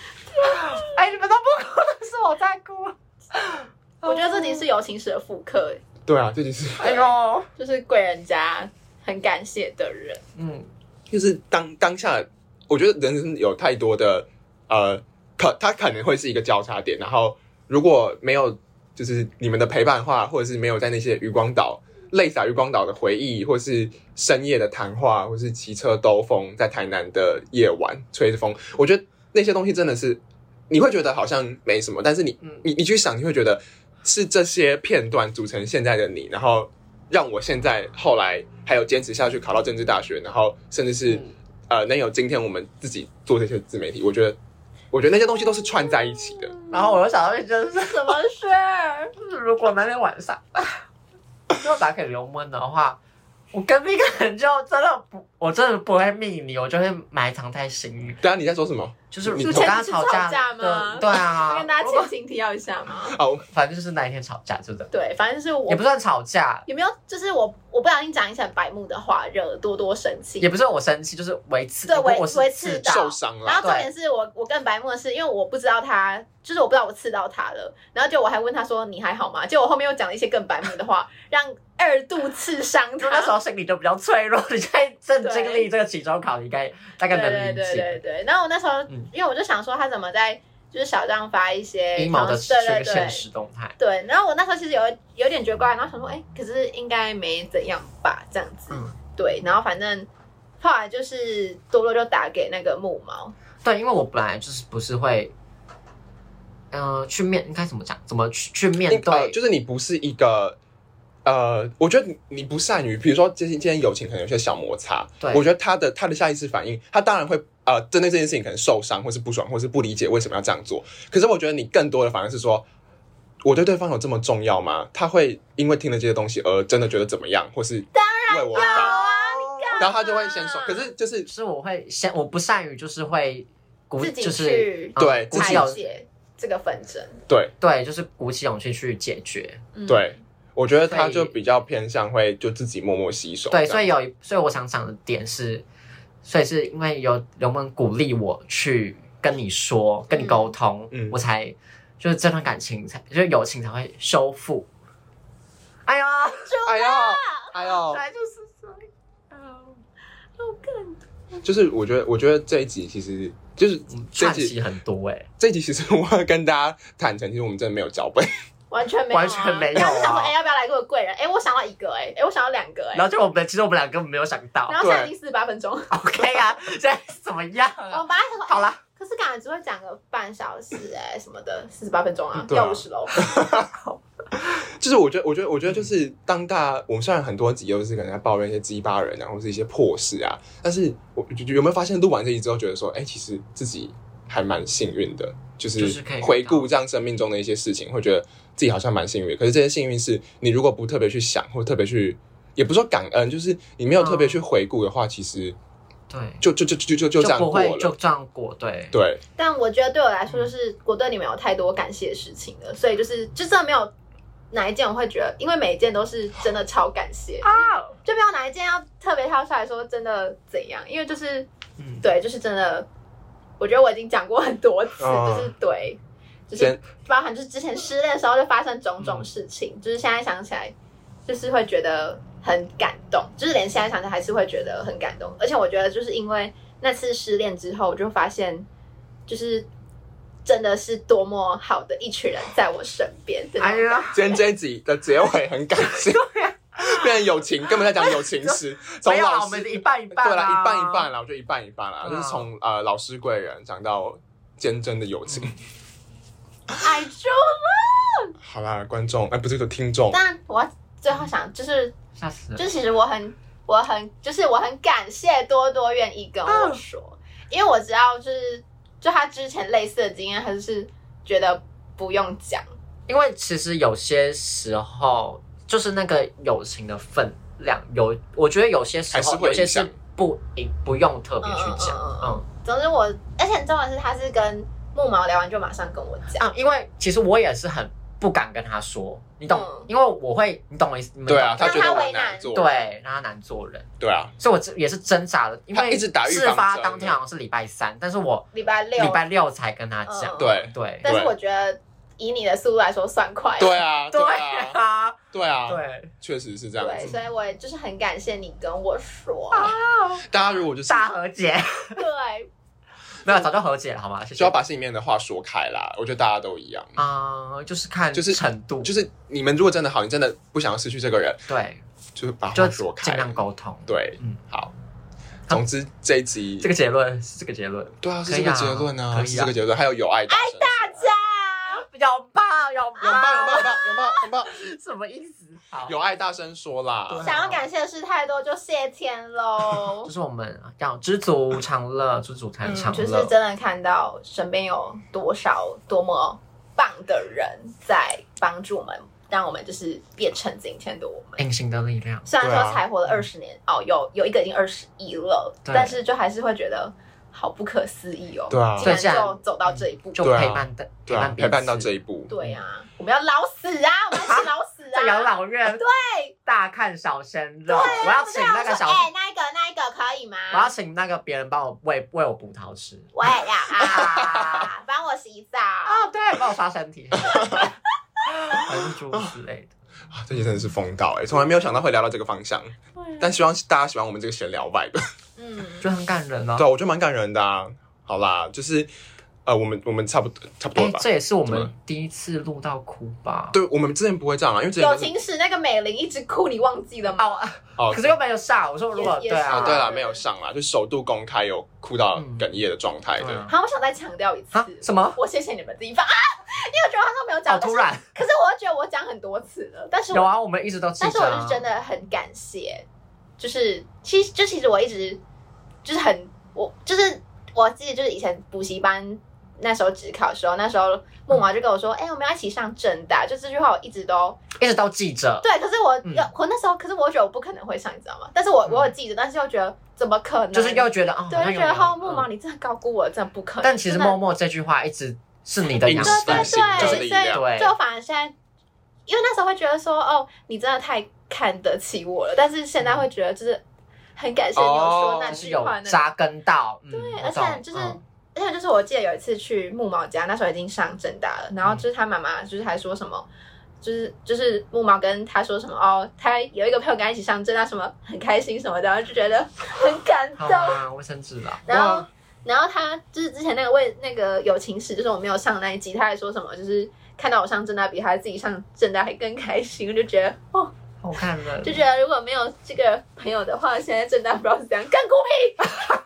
Speaker 1: 哎，你们都不哭，但是我在哭。
Speaker 2: 我觉得这题是友情史的复刻，欸
Speaker 3: 对啊，这就是
Speaker 1: 哎呦，
Speaker 2: 就是贵人家很感谢的人。
Speaker 1: 嗯，
Speaker 3: 就是当当下，我觉得人生有太多的呃，可它可能会是一个交叉点。然后如果没有就是你们的陪伴的话，或者是没有在那些渔光岛泪洒渔光岛的回忆，或是深夜的谈话，或是骑车兜风在台南的夜晚吹着风，我觉得那些东西真的是你会觉得好像没什么，但是你
Speaker 1: 嗯
Speaker 3: 你你去想，你会觉得是这些片段组成现在的你，然后让我现在后来还有坚持下去考到政治大学，然后甚至是、
Speaker 1: 嗯
Speaker 3: 呃能有今天我们自己做这些自媒体，我觉得我觉得那些东西都是串在一起的。
Speaker 1: 然后我又想到一件事，
Speaker 2: 什么事？
Speaker 1: 如果那天晚上 又打给刘梦的话，我跟那个人就真的不，我真的不会密你，我就会埋藏在心里。
Speaker 3: 当然啊你在说什么？
Speaker 1: 就是我
Speaker 3: 你
Speaker 1: 跟他吵
Speaker 2: 是前次吵架吗
Speaker 1: 对对
Speaker 2: 要
Speaker 1: 啊，
Speaker 2: 跟大家
Speaker 1: 如果
Speaker 2: 前情提要一下吗？
Speaker 3: 哦，
Speaker 1: 反正就是那一天吵架，就这样，
Speaker 2: 对，反正就是我
Speaker 1: 也不算吵架，
Speaker 2: 有没有，就是我我不小心讲一些很白目的话，惹多多生气
Speaker 1: 也。不是我生气，就是维持，
Speaker 2: 对
Speaker 1: 因为
Speaker 2: 维
Speaker 1: 我是
Speaker 2: 维
Speaker 1: 自
Speaker 2: 持
Speaker 1: 找
Speaker 2: 到
Speaker 3: 受伤
Speaker 2: 然后
Speaker 1: 啊
Speaker 3: 了。
Speaker 2: 重点是我我更白目的是，因为我不知道他，就是我不知道我刺到他了，然后就我还问他说你还好吗？结果我后面又讲了一些更白目的话，让二度刺伤
Speaker 1: 就
Speaker 2: 他。
Speaker 1: 那时候心理就比较脆弱，你在正经历这个期中考，你应该大概能
Speaker 2: 对
Speaker 1: 理
Speaker 2: 对对
Speaker 1: 解。
Speaker 2: 对，然后我那时候、
Speaker 1: 嗯
Speaker 2: 因为我就想说他怎么在就是小账发一些
Speaker 1: 阴谋
Speaker 2: 对
Speaker 1: 的
Speaker 2: 对
Speaker 1: 这
Speaker 2: 对
Speaker 1: 个现实动态，
Speaker 2: 对，然后我那时候其实有有点觉得怪，然后想说哎、可是应该没怎样吧这样子，
Speaker 1: 嗯
Speaker 2: 对，然后反正后来就是多多就打给那个木毛，
Speaker 1: 对，因为我本来就是不是会，嗯，去面应该怎么讲，怎么去去面
Speaker 3: 呃，
Speaker 1: 对，
Speaker 3: 就是你不是一个。呃，我觉得你你不善于，比如说今天今天友情可能有些小摩擦，
Speaker 1: 对
Speaker 3: 我觉得他的他的下意识反应，他当然会呃针对这件事情可能受伤，或是不爽，或是不理解为什么要这样做。可是我觉得你更多的反而是说，我对对方有这么重要吗？他会因为听了这些东西而真的觉得怎么样，或是为我
Speaker 1: 啊
Speaker 3: 好，然后他就会先说。可是就是
Speaker 1: 就是我会先，我不善于就是会鼓，
Speaker 2: 自己
Speaker 1: 就是
Speaker 2: 去
Speaker 1: 嗯
Speaker 3: 对
Speaker 1: 鼓
Speaker 3: 自
Speaker 1: 起
Speaker 3: 己
Speaker 2: 排
Speaker 1: 勇，
Speaker 2: 解这个纷争，
Speaker 3: 对
Speaker 1: 对，就是鼓起勇气去解决。
Speaker 2: 嗯、
Speaker 3: 对，我觉得他就
Speaker 1: 所以
Speaker 3: 比较偏向会就自己默默吸收这样。
Speaker 1: 对，所以有一，所以我想讲的点是，所以是因为有刘梦鼓励我去跟你说，跟你沟通，
Speaker 3: 嗯
Speaker 1: 我才就是这段感情才就是友情才会修复。哎呀，
Speaker 3: 哎呦哎呦
Speaker 1: 本，来就是这样。
Speaker 2: 哦
Speaker 3: 就是我觉得，我觉得这一集其实就是
Speaker 1: 嗯
Speaker 3: 这一
Speaker 1: 串
Speaker 3: 集，
Speaker 1: 起很多哎、
Speaker 3: 这一集其实我要跟大家坦诚，其实我们真的没有脚本，
Speaker 2: 完全没有、啊，
Speaker 1: 完全没有
Speaker 2: 然后我就想说，
Speaker 1: 啊
Speaker 2: 哎、要不要来个贵人？哎、我想到一个、哎，哎，我想到两个、哎，
Speaker 1: 然后就我们其实我们两个没有想到
Speaker 2: 然后现在已
Speaker 3: 对
Speaker 2: 经四十八分钟，我
Speaker 1: ，OK 啊，现在怎么样啊？
Speaker 2: 本来想说，哎
Speaker 1: 好啦，
Speaker 2: 可是感觉只会讲个半小时、哎，什么的，四十八分钟啊，
Speaker 3: 对啊
Speaker 2: 要五十喽。
Speaker 3: 就是我觉得，我觉得，我
Speaker 1: 嗯
Speaker 3: 觉得就是当大我们虽然很多集都是可能在抱怨一些鸡巴人啊，或是一些破事啊，但是我就就有没有发现录完这一集之后，觉得说，哎、其实自己还蛮幸运的，就
Speaker 1: 就是
Speaker 3: 是
Speaker 1: 可以遇到
Speaker 3: 回顾这样生命中的一些事情，会觉得自己好像蛮幸运的。可是这些幸运是你如果不特别去想，或特别去，也不是说感恩，就是你没有特别去回顾的话，其实
Speaker 1: 对，
Speaker 3: 就就就就就就这样
Speaker 1: 不
Speaker 3: 过
Speaker 1: 会嗯就
Speaker 3: 了。
Speaker 1: 这样过，对，
Speaker 3: 对，
Speaker 2: 但我觉得对我来说，就是我对你们有太多感谢的事情了，所以就是就真的没有哪一件我会觉得，因为每一件都是真的超感谢，
Speaker 1: 啊，
Speaker 2: 就没有哪一件要特别挑出来说真的怎样，因为就是
Speaker 1: 嗯，
Speaker 2: 对，就是真的，我觉得我已经讲过很多次，
Speaker 3: 嗯
Speaker 2: 就是对，就是
Speaker 3: 先
Speaker 2: 包含就是之前失恋的时候就发生种种事情，就是现在想起来，就是会觉得很感动，就是连现在想起来还是会觉得很感动。而且我觉得就是因为那次失恋之后，我就发现就是真的是多么好的一群人在我身边。真的
Speaker 1: 哎呀，
Speaker 3: 今天这一集的结尾很感 性， 变成友情，根本在讲友情史，从
Speaker 1: 啊没有
Speaker 3: 老
Speaker 1: 啦，
Speaker 3: 师
Speaker 1: 我们一半一半、啊，
Speaker 3: 对啦，一半一半啦，我觉得一半一半啦，
Speaker 1: 对
Speaker 3: 就
Speaker 1: 啊
Speaker 3: 是从呃老师贵人讲到坚贞的友情。
Speaker 1: 嗯
Speaker 2: 爱住。
Speaker 3: 好啦，观众哎，不是个听众，
Speaker 2: 但我要最后想就是，
Speaker 1: 吓死
Speaker 2: 就
Speaker 1: 了。
Speaker 2: 其实我很我很就是我很感谢多多愿意跟
Speaker 1: 嗯
Speaker 2: 我说，因为我知道就是就他之前类似的经验，他就是觉得不用讲，
Speaker 1: 因为其实有些时候，就是那个友情的分量，有我觉得有些时
Speaker 3: 还是
Speaker 1: 候
Speaker 3: 会
Speaker 1: 有些
Speaker 3: 影响
Speaker 1: 是不不用特别去讲，
Speaker 2: 嗯嗯嗯
Speaker 1: 嗯
Speaker 2: 总之我，而且重要的是，他是跟木毛聊完就马上跟我讲，
Speaker 1: 嗯，因为其实我也是很不敢跟他说，你懂，
Speaker 2: 嗯
Speaker 1: 因为我会，你懂我意思，你们
Speaker 3: 对啊，
Speaker 1: 懂
Speaker 3: 他觉得
Speaker 2: 让他
Speaker 3: 我
Speaker 2: 为
Speaker 3: 难
Speaker 2: 难
Speaker 3: 做，
Speaker 1: 对，让他难做人，
Speaker 3: 对啊，
Speaker 1: 所以我这也是挣扎了，因
Speaker 3: 他
Speaker 1: 为
Speaker 3: 一直打预
Speaker 1: 事
Speaker 3: 防
Speaker 1: 发
Speaker 3: 针
Speaker 1: 当天
Speaker 3: 呢
Speaker 1: 好像是礼拜三，但是我
Speaker 2: 礼拜六
Speaker 1: 礼，拜六才跟他讲，
Speaker 2: 嗯
Speaker 3: 对
Speaker 1: 对
Speaker 2: 但是
Speaker 3: 对
Speaker 2: 我觉得以你的速度来说算快，
Speaker 3: 对啊，对啊，
Speaker 1: 啊，
Speaker 3: 对啊，
Speaker 1: 对，
Speaker 3: 确实是这样
Speaker 2: 对，
Speaker 3: 子。
Speaker 2: 所以我也就是很感谢你跟我说，
Speaker 1: 啊
Speaker 3: 大家如果就是
Speaker 1: 大和解
Speaker 2: 对，
Speaker 1: 没有早就和解了，好吗？谢谢
Speaker 3: 就要把心里面的话说开啦，我觉得大家都一样。
Speaker 1: 啊、就是看
Speaker 3: 就是
Speaker 1: 程度，
Speaker 3: 就是你们如果真的好，你真的不想要失去这个人，
Speaker 1: 对，
Speaker 3: 就是把
Speaker 1: 就
Speaker 3: 话说开，
Speaker 1: 尽量沟通。
Speaker 3: 对，
Speaker 1: 嗯
Speaker 3: 好。
Speaker 1: 好
Speaker 3: 总之这一集
Speaker 1: 这个结论是这个结论，
Speaker 3: 对啊，是
Speaker 1: 可
Speaker 3: 这
Speaker 1: 以
Speaker 3: 个
Speaker 1: 啊
Speaker 3: 结论啊，
Speaker 1: 可以啊
Speaker 3: 是这个结论，还有有爱大爱大家，
Speaker 1: 有吧有
Speaker 3: 拥抱拥抱拥抱拥抱拥抱，
Speaker 1: 什么意思？好，
Speaker 3: 有爱大声说啦
Speaker 1: 对，啊
Speaker 2: 想要感谢的事太多，就谢天喽
Speaker 1: 就。是我们要知足常乐，知足才常
Speaker 2: 嗯就是
Speaker 1: 乐。
Speaker 2: 真的看到身边有多少多么棒的人在帮助我们，让我们就是变成今天的我们。
Speaker 1: 隐形的力量，
Speaker 2: 虽然
Speaker 3: 对啊
Speaker 2: 说才活了二十年，哦，有有一个已经二十一了，
Speaker 1: 对
Speaker 2: 但是就还是会觉得好不可思议哦。
Speaker 3: 对啊
Speaker 2: 竟然
Speaker 1: 所以现在
Speaker 2: 就走到这一步，
Speaker 1: 就
Speaker 3: 对啊
Speaker 1: 陪伴的、
Speaker 3: 对啊，
Speaker 1: 陪
Speaker 3: 陪
Speaker 1: 伴
Speaker 3: 伴到这一步，
Speaker 2: 对啊，我们要老死啊，我们要去老死
Speaker 1: 在养
Speaker 2: 啊。
Speaker 1: 老院，对，大看小鲜肉，我哎要请那个
Speaker 2: 说
Speaker 1: 小，
Speaker 2: 哎、那一个那一个可以吗？
Speaker 1: 我要请那个别人帮我喂喂我葡萄吃。
Speaker 2: 我也要啊，帮我洗澡。
Speaker 1: 啊，对，帮我刷身体，帮助之类的。
Speaker 3: 啊这集真的是疯到哎，从来没有想到会聊到这个方向，
Speaker 2: 啊
Speaker 3: 但希望大家喜欢我们这个闲聊 vibe，
Speaker 2: 嗯，
Speaker 1: 就很感人哦
Speaker 3: 对。啊，我觉得蛮感人的啊。好啦，就是呃，我们我们差不多差不多
Speaker 1: 哎
Speaker 3: 了，吧。
Speaker 1: 这也是我
Speaker 3: 啊怎么
Speaker 1: 们
Speaker 3: 了
Speaker 1: 第一次录到哭吧？
Speaker 3: 对，我们之前不会这样啊，因为之前
Speaker 2: 友情史那个美玲一直哭，你忘记了吗？
Speaker 1: 哦，
Speaker 3: 哦
Speaker 1: 可是又没有上。我说如果
Speaker 2: 也
Speaker 1: 对
Speaker 2: 也
Speaker 3: 啊，
Speaker 1: 啊，
Speaker 2: 是
Speaker 3: 对啦，没有上啦，就首度公开有哭到哽咽的状态
Speaker 1: 嗯对
Speaker 3: 的。
Speaker 1: 啊
Speaker 2: 好，我想再强调一次
Speaker 1: 啊，什么？
Speaker 2: 我谢谢你们的地方啊，因为我觉得好像没有讲，
Speaker 1: 好突然。
Speaker 2: 但是，可是我又觉得我讲很多次了，但是
Speaker 1: 有
Speaker 2: 我、
Speaker 1: 啊，我们一直都记
Speaker 2: 但是
Speaker 1: 着
Speaker 2: 我
Speaker 1: 啊。
Speaker 2: 就是真的很感谢，就是其实就其实我一直就是很我就是我记得就是以前补习班。那时候只考的时候，那时候木毛就跟我
Speaker 1: 嗯
Speaker 2: 说：“哎、我们要一起上正大。”就这句话我一直都
Speaker 1: 一直都记着。
Speaker 2: 对，可是我、
Speaker 1: 嗯
Speaker 2: 我那时候，可是我觉得我不可能会上，你知道吗？但是我我有记着，但是又觉得怎么可能？
Speaker 1: 就是又觉得啊，哦
Speaker 2: 对，
Speaker 1: 好像
Speaker 2: 就
Speaker 1: 有
Speaker 2: 觉得
Speaker 1: 聊
Speaker 2: 浩木毛，
Speaker 1: 嗯
Speaker 2: 你真的高估我，真的不可能。
Speaker 1: 但其实
Speaker 2: 真的
Speaker 1: 默默这句话一直是你的
Speaker 3: 隐
Speaker 1: 养
Speaker 3: 私
Speaker 2: 对
Speaker 1: 分
Speaker 3: 本，性
Speaker 2: 对
Speaker 3: 就是
Speaker 2: 对，
Speaker 3: 力
Speaker 2: 所
Speaker 3: 量
Speaker 1: 对
Speaker 2: 以就反而现在，因为那时候会觉得说，哦，你真的太看得起我了，但是现在会觉得就是很感谢你有
Speaker 3: 哦
Speaker 2: 说那
Speaker 1: 嗯就是
Speaker 2: 句
Speaker 1: 有
Speaker 2: 话呢。
Speaker 1: 扎根到。嗯对
Speaker 2: 对，而且就是。
Speaker 1: 嗯
Speaker 2: 而且就是我记得有一次去木毛家，那时候已经上正大了，
Speaker 1: 嗯
Speaker 2: 然后就是他妈妈就是还说什么，就是就是木毛跟他说什么哦，他有一个朋友跟他一起上正大，什么很开心什么的，然后就觉得很感
Speaker 1: 好
Speaker 2: 动。
Speaker 1: 啊，卫生纸啦。
Speaker 2: 然后
Speaker 3: 哇，
Speaker 2: 然后他就是之前那个为那个友情史，就是我没有上那一集，他还说什么，就是看到我上正大比他自己上正大还更开心，我就觉得哦，
Speaker 1: 好看了，
Speaker 2: 就觉得如果没有这个朋友的话，现在正大不知道是怎样干孤僻。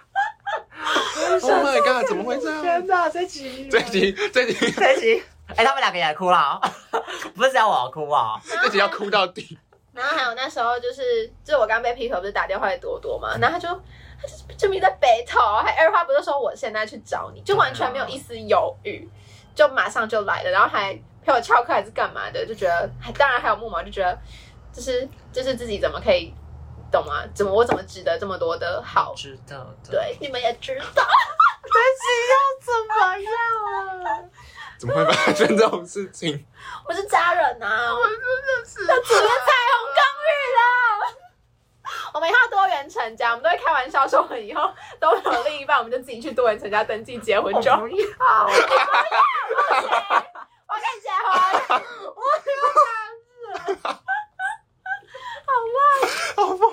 Speaker 3: Oh my god，怎么会这样？
Speaker 1: 的这集
Speaker 3: 啊这集这集
Speaker 1: 这集，哎，他们两个也哭了哦， 不是只有我哭啊。
Speaker 2: 然后
Speaker 3: 这集要
Speaker 2: 还
Speaker 3: 哭到底。
Speaker 2: 然后还有那时候就是，就我刚被劈腿，不是打电话给多多嘛，然后他就他就是证明在北投，还二话不说说我现在去找你，就完全没有一丝犹豫，就马上就来了，然后还陪我翘课还是干嘛的，就觉得还当然还有木毛就觉得，就是就是自己怎么可以懂吗？怎么我怎么值得这么多的好？
Speaker 1: 值得的。
Speaker 2: 对，你们也知道，
Speaker 1: 这集要怎么样啊？
Speaker 3: 怎么会发生这种事情？
Speaker 2: 我是家人啊，我真的是要紫彩虹公寓啦。我们以后多元成家，我们都会开玩笑说，我们以后都有另一半，我们就自己去多元成家登记结婚就好。我
Speaker 1: 不要，
Speaker 2: 跟你结婚，
Speaker 3: 好疯，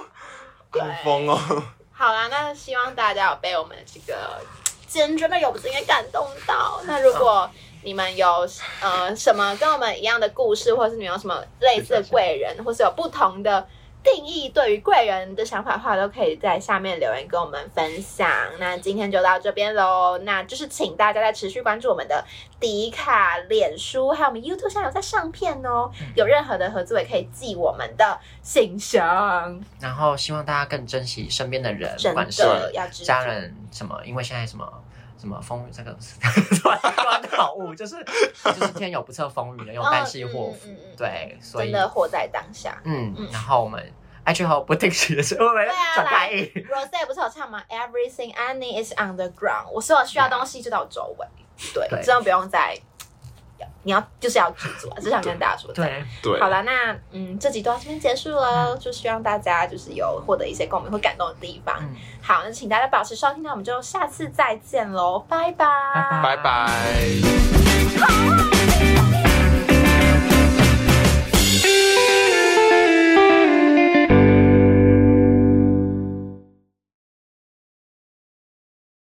Speaker 3: 好疯哦！
Speaker 2: 好啦，那希望大家有被我们这个坚贞的友情给感动到。那如果你们有呃什么跟我们一样的故事，或是你们有什么类似的贵人，或是有不同的定义对于贵人的想法的话，都可以在下面留言跟我们分享。那今天就到这边喽，那就是请大家再持续关注我们的迪卡、脸书，还有我们 YouTube 上有在上片哦。有任何的合作也可以寄我们的信箱，
Speaker 1: 然后希望大家更珍惜身边的人，不
Speaker 2: 真
Speaker 1: 管是
Speaker 2: 的要知足
Speaker 1: 家人什么，因为现在什么什么风雨，这个 突然突然脑雾，就是就是天有不测风云人，有旦夕祸福
Speaker 2: 嗯嗯嗯嗯，
Speaker 1: 对，所
Speaker 2: 真
Speaker 1: 以
Speaker 2: 的活在当下。
Speaker 1: 嗯
Speaker 2: 嗯，
Speaker 1: 然后我们 IG 号不定期的时候，我们
Speaker 2: 对啊
Speaker 1: 转台
Speaker 2: 来 Rose 不是有唱吗？Everything Annie is on the ground。我所有需要东西就到我周围，对，
Speaker 1: 对
Speaker 2: 真的不用再，你要就是要知足啊，只想跟大家说。，
Speaker 1: 对，嗯
Speaker 3: 对，
Speaker 2: 好了，那嗯，这集就到这边结束了，就希望大家就是有获得一些共鸣或感动的地方。
Speaker 1: 嗯，
Speaker 2: 好，那请大家保持收听，那我们就下次再见喽，拜拜
Speaker 1: 拜拜
Speaker 3: 拜拜。
Speaker 2: 啊